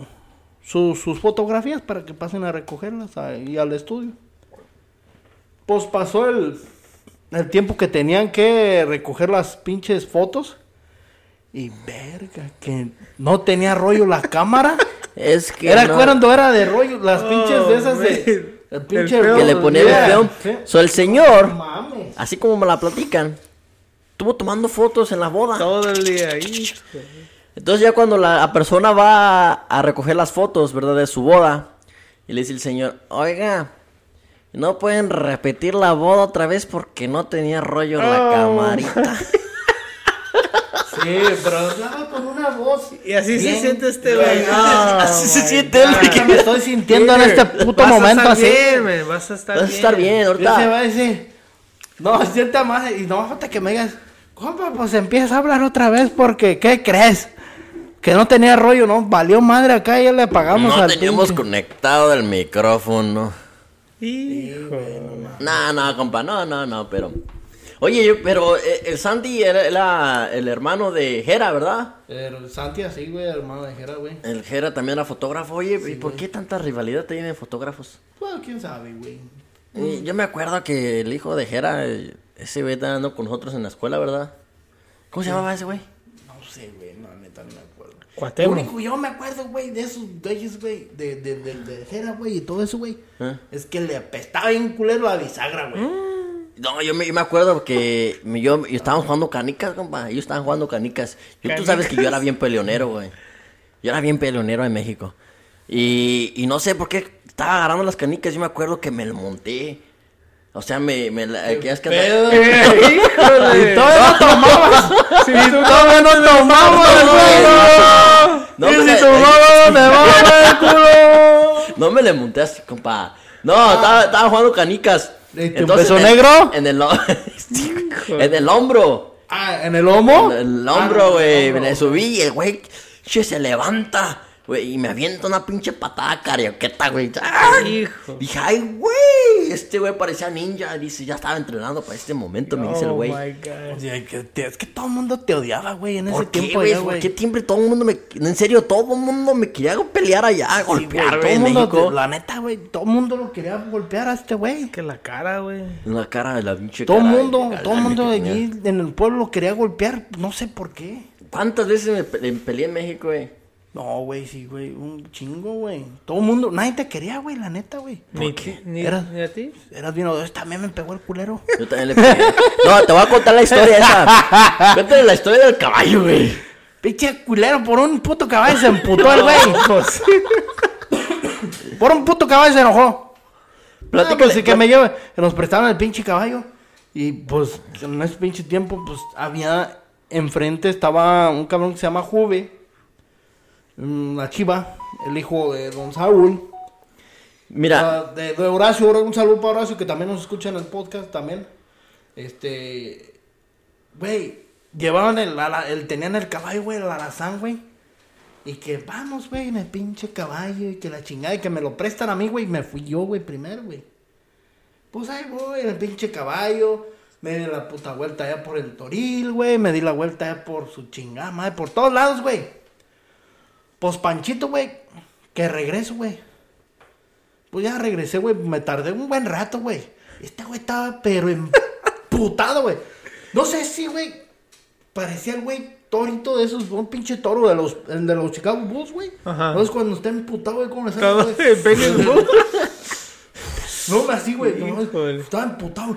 Speaker 1: su- sus fotografías para que pasen a recogerlas ahí al estudio. Pues pasó el, el tiempo que tenían que recoger las pinches fotos. Y verga, que no tenía rollo la cámara.
Speaker 2: Es que.
Speaker 1: Era
Speaker 2: no-
Speaker 1: cuando era de rollo, las pinches de esas
Speaker 3: man.
Speaker 1: de. El pinche
Speaker 3: El feo.
Speaker 2: Que le ponía el
Speaker 1: Yeah.
Speaker 2: feo.
Speaker 1: Sí.
Speaker 2: So, el señor,
Speaker 1: Mames.
Speaker 2: así como me la platican, estuvo tomando fotos en la boda.
Speaker 3: Todo el día ahí.
Speaker 2: Entonces, ya cuando la persona va a, a recoger las fotos, ¿verdad? De su boda, y le dice el señor, oiga. No pueden repetir la boda otra vez porque no tenía rollo la
Speaker 3: Oh.
Speaker 2: camarita.
Speaker 1: Sí, pero hablaba con una voz.
Speaker 3: Y así
Speaker 1: bien-
Speaker 3: se siente este,
Speaker 1: Bien.
Speaker 3: güey.
Speaker 2: (laughs) Así se siente él,
Speaker 1: Ahorita Me estoy sintiendo en este puto
Speaker 3: Vas a
Speaker 1: momento
Speaker 3: estar
Speaker 1: así.
Speaker 3: bien, man, Vas
Speaker 2: (laughs)
Speaker 3: a estar
Speaker 2: Vas a estar bien,
Speaker 1: Y se va
Speaker 2: ahorita.
Speaker 1: a decir, no, sienta más. Y no, falta que me digas, compa, pues empieza a hablar otra vez porque, ¿qué crees?
Speaker 4: que no tenía rollo, ¿no? Valió madre acá, ya le apagamos
Speaker 2: no
Speaker 4: al
Speaker 2: teníamos
Speaker 4: pinche.
Speaker 2: conectado el micrófono.
Speaker 3: Hijo.
Speaker 2: No, no, compa, no, no, no, pero. Oye, yo- pero eh, el Sandy era, era el hermano de Jera, ¿verdad?
Speaker 1: Pero Santi así, güey, hermano de Jera, güey.
Speaker 2: El Jera también era fotógrafo. Oye, ¿y por qué tanta rivalidad tienen fotógrafos?
Speaker 1: Pues quién sabe, güey.
Speaker 2: Y yo me acuerdo que el hijo de Jera, eh, ese güey estaba andando con nosotros en la escuela, ¿verdad? ¿Cómo se llamaba ese güey?
Speaker 1: No sé, güey, no, neta, no me acuerdo. Lo
Speaker 3: Cuatemo.
Speaker 1: único que yo me acuerdo, güey, de esos güeyes, güey, de, de, de, de Jera, güey, y todo eso, güey,
Speaker 2: ¿Eh? ¿Mm?
Speaker 1: es que le apestaba bien culero la bisagra, güey.
Speaker 2: No, yo me, yo me acuerdo que mi- yo, yo estaban jugando canicas, compa. Ellos estaban jugando canicas. Yo, Tú sabes que yo era bien peleonero, güey. Yo era bien peleonero en México. Y, y no sé por qué estaba agarrando las canicas. Yo me acuerdo que me lo monté. O sea, me... me la- que es que-
Speaker 1: pedo?
Speaker 4: Y todavía no tomabas. y todavía no tomabas, güey.
Speaker 2: No,
Speaker 4: y
Speaker 2: me- eh,
Speaker 4: si tomabas, me va el culo.
Speaker 2: No me le monté así, compa. No, estaba, estaba jugando canicas.
Speaker 1: ¿Y tu
Speaker 4: beso
Speaker 2: en el-
Speaker 4: negro?
Speaker 2: En el, hom- en el (laughs) hombro.
Speaker 1: Ah, ¿en el lomo?
Speaker 2: En el
Speaker 1: Ah,
Speaker 2: hombro, güey.
Speaker 1: en el
Speaker 2: me le
Speaker 1: hombro.
Speaker 2: subí y el güey che, se levanta, güey. Y me avienta una pinche patada carioqueta, güey. ¡Ah!
Speaker 3: Hijo.
Speaker 2: Dije, ay, güey. Este güey parecía ninja. Dice, ya estaba entrenando para este momento, me dice el
Speaker 3: Oh
Speaker 2: güey.
Speaker 3: my God.
Speaker 1: Oye, que te- es que todo el mundo te odiaba, güey, en ese
Speaker 2: ¿Por qué,
Speaker 1: tiempo
Speaker 2: güey?
Speaker 1: allá,
Speaker 2: ¿Por
Speaker 1: güey.
Speaker 2: qué siempre todo el mundo me... En serio, todo el mundo me quería pelear allá,
Speaker 1: Sí, güey,
Speaker 2: golpear,
Speaker 1: todo
Speaker 2: güey,
Speaker 1: el
Speaker 2: en
Speaker 1: mundo,
Speaker 2: México.
Speaker 1: la neta, güey, todo el mundo lo quería golpear a este güey.
Speaker 3: Que la cara, güey.
Speaker 2: En la cara de la pinche
Speaker 1: Todo el
Speaker 2: cara de-
Speaker 1: mundo,
Speaker 2: al
Speaker 1: todo el
Speaker 2: daño
Speaker 1: mundo
Speaker 2: que
Speaker 1: de
Speaker 2: tenía.
Speaker 1: allí en el pueblo lo quería golpear, no sé por qué.
Speaker 2: ¿Cuántas veces me pe- peleé en México, güey?
Speaker 1: No, güey, sí, güey, un chingo, güey. Todo el mundo, nadie te quería, güey, la neta, güey.
Speaker 3: Ni, ti- ni,
Speaker 1: Era-
Speaker 3: ni a ti.
Speaker 1: Eras bien odioso, también me pegó el culero.
Speaker 2: Yo también le pegué.
Speaker 1: (laughs)
Speaker 2: No, te voy a contar la historia esa. Cuéntale la historia del caballo, güey.
Speaker 1: Pinche culero, por un puto caballo se emputó el (laughs) güey. Por un puto caballo se enojó.
Speaker 2: Platícale,
Speaker 1: Ah, pues, sí que
Speaker 2: plat-
Speaker 1: me lleve. Nos prestaron el pinche caballo. Y pues, en ese pinche tiempo, pues había. Enfrente estaba un cabrón que se llama Juve. mm, La chiva. El hijo de Don Saúl.
Speaker 2: Mira,
Speaker 1: Ah, de, de Horacio, un saludo para Horacio que también nos escucha en el podcast también. Este, güey, llevaban el, ala- el tenían el caballo, güey, el alazán, güey. Y que vamos, güey, en el pinche caballo y que la chingada y que me lo prestan a mí, güey, y me fui yo, güey, primero, güey. Pues ahí voy, en el pinche caballo, me di la puta vuelta allá por el Toril, güey, me di la vuelta allá por su chingada, madre, por todos lados, güey. Pues Panchito, güey, que regreso, güey. Pues ya regresé, güey. Me tardé un buen rato, güey. Este güey estaba pero emputado, güey. No sé si, güey. Parecía el güey torito de esos, un pinche toro de los, el de los Chicago Bulls, güey.
Speaker 3: Ajá.
Speaker 1: Entonces cuando está emputado, güey, como le sale,
Speaker 3: Todo
Speaker 1: güey?
Speaker 3: en Benny the Butcher.
Speaker 1: (laughs) No, así, güey. no,
Speaker 3: Híjole.
Speaker 1: estaba emputado.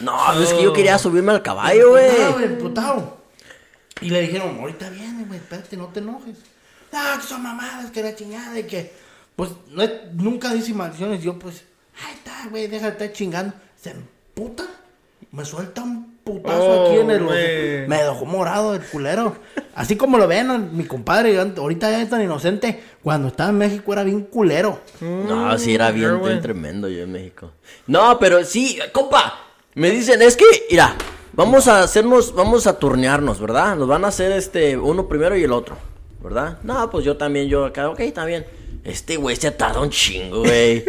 Speaker 2: no, es que yo quería subirme al caballo, güey.
Speaker 1: Emputado, Ah, güey, emputado. Y le dijeron, ahorita viene, güey, espérate, no te enojes. Ah, que son mamadas, que la chingada, y que. Pues no es- nunca dice maldiciones. Yo, pues, ahí está, güey, déjate estar chingando. Se emputa. Me suelta un putazo
Speaker 3: Oh,
Speaker 1: aquí en el.
Speaker 3: güey.
Speaker 1: Me dejó morado el culero. Así como lo ven, a mi compadre, yo an- ahorita ya es tan inocente. Cuando estaba en México era bien culero.
Speaker 2: No, sí,
Speaker 1: Mm,
Speaker 2: era bien
Speaker 3: Pero, güey.
Speaker 2: tremendo yo en México. No, pero sí, compa. Me dicen, es que, mira, vamos a hacernos, vamos a turnearnos, ¿verdad? Nos van a hacer este, uno primero y el otro, ¿verdad? No, pues yo también, yo acá, ok, también. Este güey se tardó un chingo, güey.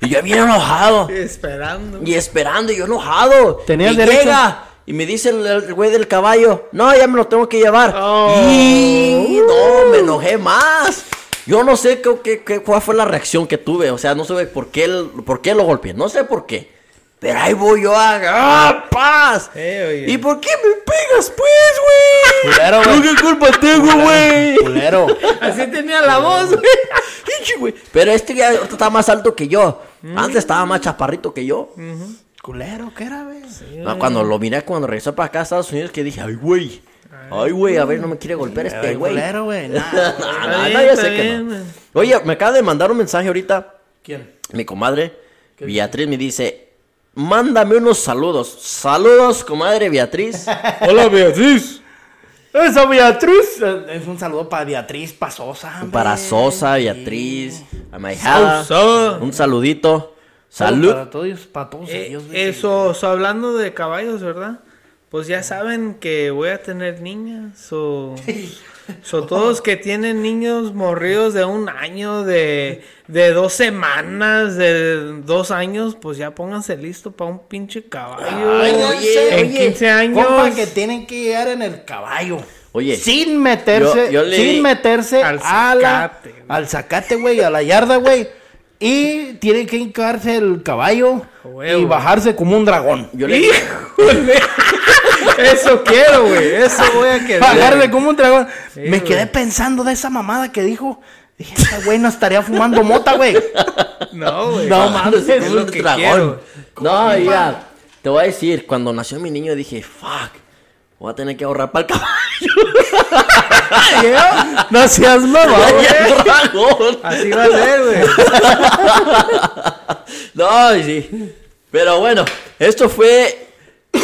Speaker 2: Y yo bien enojado.
Speaker 3: Esperando.
Speaker 2: Y (laughs) esperando, y yo enojado.
Speaker 4: Tenías
Speaker 2: y
Speaker 4: derecho.
Speaker 2: llega, y me dice el, el güey del caballo, no, ya me lo tengo que llevar.
Speaker 3: Oh.
Speaker 2: Y no, me enojé más. Yo no sé qué, qué- qué- cuál fue la reacción que tuve. O sea, no sé por qué, el- por qué lo golpeé. No sé por qué. Pero ahí voy yo a... ¡Ah, paz!
Speaker 3: Eh, oye.
Speaker 2: ¿Y por qué me pegas, pues, güey?
Speaker 4: Culero, güey.
Speaker 2: ¿Yo ¿Qué culpa tengo, güey?
Speaker 4: Culero.
Speaker 3: Así tenía la voz, güey.
Speaker 2: (laughs) Pinche güey. Pero este ya está más alto que yo. Antes estaba más chaparrito que yo.
Speaker 1: Culero, ¿qué era, güey?
Speaker 2: No, Ah, cuando lo miré, cuando regresó para acá a Estados Unidos, que dije, ay, güey. Ay, güey, a ver, no me quiere golpear este güey. No, (laughs)
Speaker 1: Culero, güey. nah, güey.
Speaker 2: no,
Speaker 3: bien,
Speaker 2: no, yo
Speaker 3: está
Speaker 2: sé que
Speaker 3: bien,
Speaker 2: no.
Speaker 3: man.
Speaker 2: Oye, me acaba de mandar un mensaje ahorita.
Speaker 1: ¿Quién?
Speaker 2: Mi comadre, Beatriz, me dice, mándame unos saludos. Saludos, comadre Beatriz.
Speaker 3: Hola, Beatriz.
Speaker 1: Esa Beatriz. eh, Es un saludo para Beatriz Pasosa. hombre.
Speaker 2: para Sosa, Beatriz, a Maijada.
Speaker 3: Sosa.
Speaker 2: Un saludito.
Speaker 1: Saludo
Speaker 2: Salud.
Speaker 1: Eh,
Speaker 3: Eh,
Speaker 1: Para todos, para todos ellos. güey.
Speaker 3: eso, so, hablando de caballos, ¿verdad? pues ya saben que voy a tener
Speaker 2: (laughs)
Speaker 3: niñas o... So, todos que tienen niños morridos de un año, de, de dos semanas, de dos años, pues ya pónganse listo para un pinche caballo.
Speaker 1: Ay, oye,
Speaker 3: en
Speaker 1: oye,
Speaker 3: 15 años.
Speaker 1: Compa que tienen que llegar en el caballo.
Speaker 2: Oye.
Speaker 1: Sin meterse,
Speaker 2: Yo- yo le di-
Speaker 1: sin meterse
Speaker 3: Al
Speaker 1: a la-
Speaker 3: zacate, güey.
Speaker 1: al zacate, güey, a la yarda, güey. Y tienen que hincarse el caballo
Speaker 3: Huevo.
Speaker 1: y bajarse como un dragón.
Speaker 2: Yo
Speaker 3: (laughs)
Speaker 2: le,
Speaker 3: Eso quiero, güey. Eso voy a querer.
Speaker 1: Bajarse como un dragón. Me
Speaker 3: güey.
Speaker 1: quedé pensando de esa mamada que dijo. Dije, ese güey no estaría fumando mota, (laughs) güey.
Speaker 3: No, güey.
Speaker 1: No mames,
Speaker 3: Es
Speaker 2: Es
Speaker 3: lo
Speaker 2: un
Speaker 3: que
Speaker 2: dragón.
Speaker 3: quiero.
Speaker 2: No, ya. Te voy a decir, cuando nació mi niño dije, fuck, voy a tener que ahorrar para el caballo.
Speaker 1: ¿eh? No
Speaker 2: (laughs)
Speaker 1: seas mamá.
Speaker 2: Y el dragón.
Speaker 3: Así va a ser,
Speaker 1: (laughs)
Speaker 3: güey.
Speaker 2: No, y sí. Pero bueno, esto fue (coughs)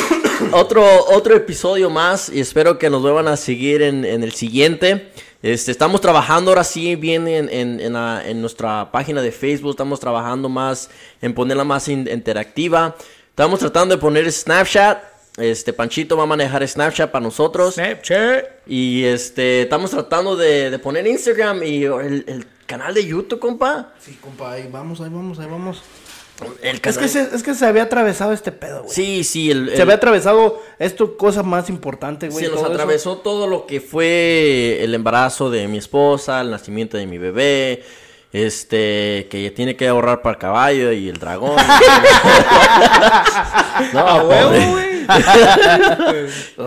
Speaker 2: otro, otro episodio más y espero que nos vuelvan a seguir en, en el siguiente. Este, estamos trabajando ahora sí bien en, en- en la- en nuestra página de Facebook, estamos trabajando más en ponerla más in- interactiva. Estamos tratando de poner Snapchat. Este Panchito va a manejar Snapchat para nosotros.
Speaker 3: Snapchat.
Speaker 2: Y este, estamos tratando de, de poner Instagram y el, el canal de YouTube, compa.
Speaker 1: Sí, compa, ahí vamos, ahí vamos, ahí vamos.
Speaker 2: El
Speaker 1: Es
Speaker 2: canal-
Speaker 1: que, se, es que se había atravesado este pedo, güey.
Speaker 2: Sí, sí, el,
Speaker 1: Se
Speaker 2: el-
Speaker 1: había atravesado esto, cosa más importante, güey.
Speaker 2: Se nos
Speaker 1: todo eso.
Speaker 2: atravesó todo lo que fue el embarazo de mi esposa, el nacimiento de mi bebé, este, que ella tiene que ahorrar para el caballo y el
Speaker 1: (laughs)
Speaker 2: dragón. no, pobre.
Speaker 3: Huevo, güey.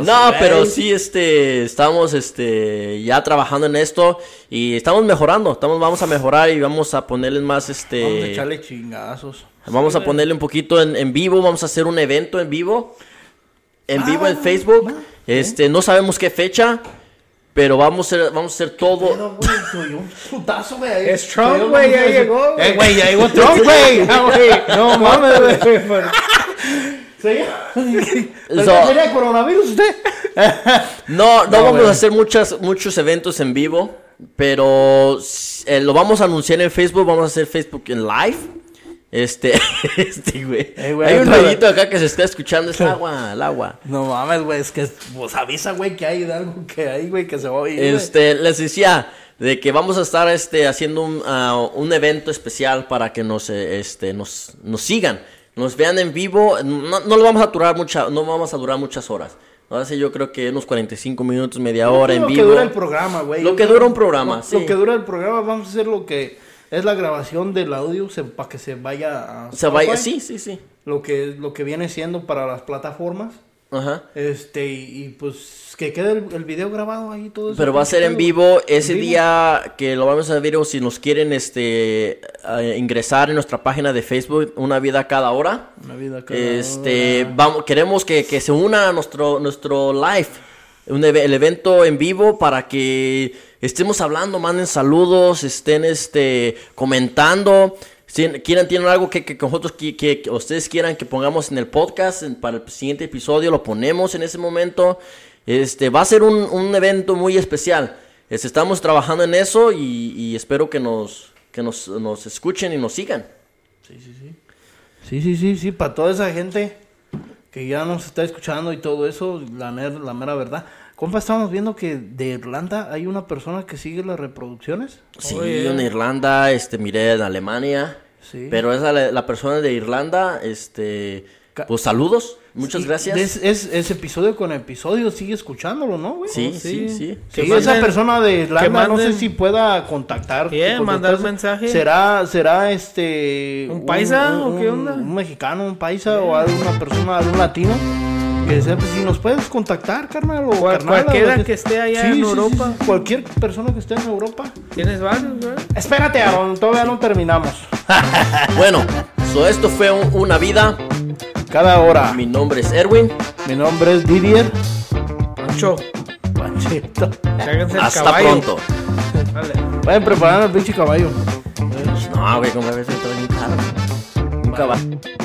Speaker 2: No, pero sí, este, estamos, este, ya trabajando en esto y estamos mejorando, estamos, vamos a mejorar y vamos a ponerle más, este,
Speaker 1: Vamos a echarle chingazos.
Speaker 2: Vamos a ponerle un poquito en, en vivo, vamos a hacer un evento en vivo.
Speaker 1: Ah,
Speaker 2: En vivo en Facebook. este, no sabemos qué fecha, pero vamos a hacer, vamos a hacer todo.
Speaker 5: No, güey, soy un putazo, güey. ahí.
Speaker 3: Es Trump,
Speaker 5: Soy un
Speaker 3: güey, ya
Speaker 5: hombre,
Speaker 3: llegó, güey.
Speaker 1: Eh, güey, ya llegó Trump, güey.
Speaker 3: Ah, (laughs)
Speaker 1: (laughs)
Speaker 3: güey.
Speaker 1: No mames, güey. (laughs)
Speaker 5: ¿Sí?
Speaker 2: So-
Speaker 5: ¿Pero ¿Tenía coronavirus usted?
Speaker 2: No, no, vamos a hacer muchas, muchos eventos en vivo, pero s- eh, lo vamos a anunciar en Facebook, vamos a hacer Facebook en live. Este, (laughs) este, güey.
Speaker 1: Eh, güey,
Speaker 2: Hay un
Speaker 1: otra vez.
Speaker 2: rollito acá que se está escuchando, es agua, el agua.
Speaker 1: No mames, güey. Es que, pues avisa, güey, que hay algo que hay, güey, que se va a oír. güey.
Speaker 2: Este, les decía de que vamos a estar este, haciendo un, ah, un evento especial para que nos, eh, este, nos, nos sigan, nos vean en vivo. No, no lo vamos a durar mucha, no vamos a durar muchas horas. Ahora sí, yo creo que unos 45 minutos, media hora en
Speaker 1: lo
Speaker 2: vivo.
Speaker 1: que dura el programa, güey.
Speaker 2: Lo que dura un programa,
Speaker 1: Lo-
Speaker 2: sí.
Speaker 1: Lo que dura el programa, vamos a hacer lo que es la grabación del audio para que se vaya a
Speaker 2: Se vaya,
Speaker 1: Spotify,
Speaker 2: sí, sí, sí.
Speaker 1: Lo que, lo que viene siendo para las plataformas.
Speaker 2: Ajá.
Speaker 1: Este, y, y, pues que quede el, el video grabado ahí todo eso.
Speaker 2: Pero va a ser en
Speaker 1: Pinche pedo.
Speaker 2: vivo ese
Speaker 1: ¿En vivo?
Speaker 2: día que lo vamos a ver o si nos quieren este eh, ingresar en nuestra página de Facebook Una vida cada hora.
Speaker 1: Una vida cada
Speaker 2: Este, vamos, queremos que, que se una a nuestro, nuestro live, un eve- el evento en vivo para que estemos hablando, manden saludos, estén este, comentando. Si quieren, tienen algo que, que nosotros qui- que, que ustedes quieran que pongamos en el podcast en- para el siguiente episodio, lo ponemos en ese momento. Este, va a ser un, un evento muy especial. Este, estamos trabajando en eso y, y espero que nos, que nos, nos escuchen y nos sigan.
Speaker 1: Sí, sí, sí, sí, para toda esa gente que ya nos está escuchando y todo eso, la, ner- la mera verdad. Compa, estamos viendo que de Irlanda hay una persona que sigue las reproducciones.
Speaker 2: Sí,
Speaker 3: Oye.
Speaker 2: en Irlanda, este, miré en Alemania.
Speaker 1: Sí.
Speaker 2: Pero esa la, la persona de Irlanda, este,
Speaker 1: Ca-
Speaker 2: pues saludos, muchas
Speaker 1: Y
Speaker 2: gracias.
Speaker 1: Es, es- es episodio con episodio, sigue escuchándolo, ¿no, güey?
Speaker 2: Sí, sí, sí.
Speaker 1: Oh, Sí,
Speaker 3: Que
Speaker 1: esa
Speaker 3: manden-
Speaker 1: persona de Irlanda no sé
Speaker 3: manden-
Speaker 1: si pueda contactar.
Speaker 3: Yeah,
Speaker 1: contactarse.
Speaker 3: mandar mensaje.
Speaker 1: Será, será este.
Speaker 3: ¿Un paisa o qué onda?
Speaker 1: Un mexicano, un paisa o alguna persona, algún latino. Que sea, pues, si nos puedes contactar, carnal. O
Speaker 3: Cual-
Speaker 1: carnal,
Speaker 3: cualquiera
Speaker 1: a veces.
Speaker 3: que esté allá en Europa.
Speaker 1: Cualquier persona que esté en Europa.
Speaker 3: Tienes varios, güey.
Speaker 1: Espérate, Aaron, todavía no terminamos.
Speaker 2: Bueno, so esto fue un- una vida.
Speaker 1: Cada hora.
Speaker 2: Mi nombre es Erwin.
Speaker 1: Mi nombre es Didier
Speaker 3: Pancho.
Speaker 1: Panchito.
Speaker 3: Háganse el
Speaker 2: Hasta
Speaker 3: caballo.
Speaker 2: pronto.
Speaker 3: Vale.
Speaker 1: Vayan preparando el pinche caballo.
Speaker 2: No, güey, como a veces me trae un carro. Un caballo.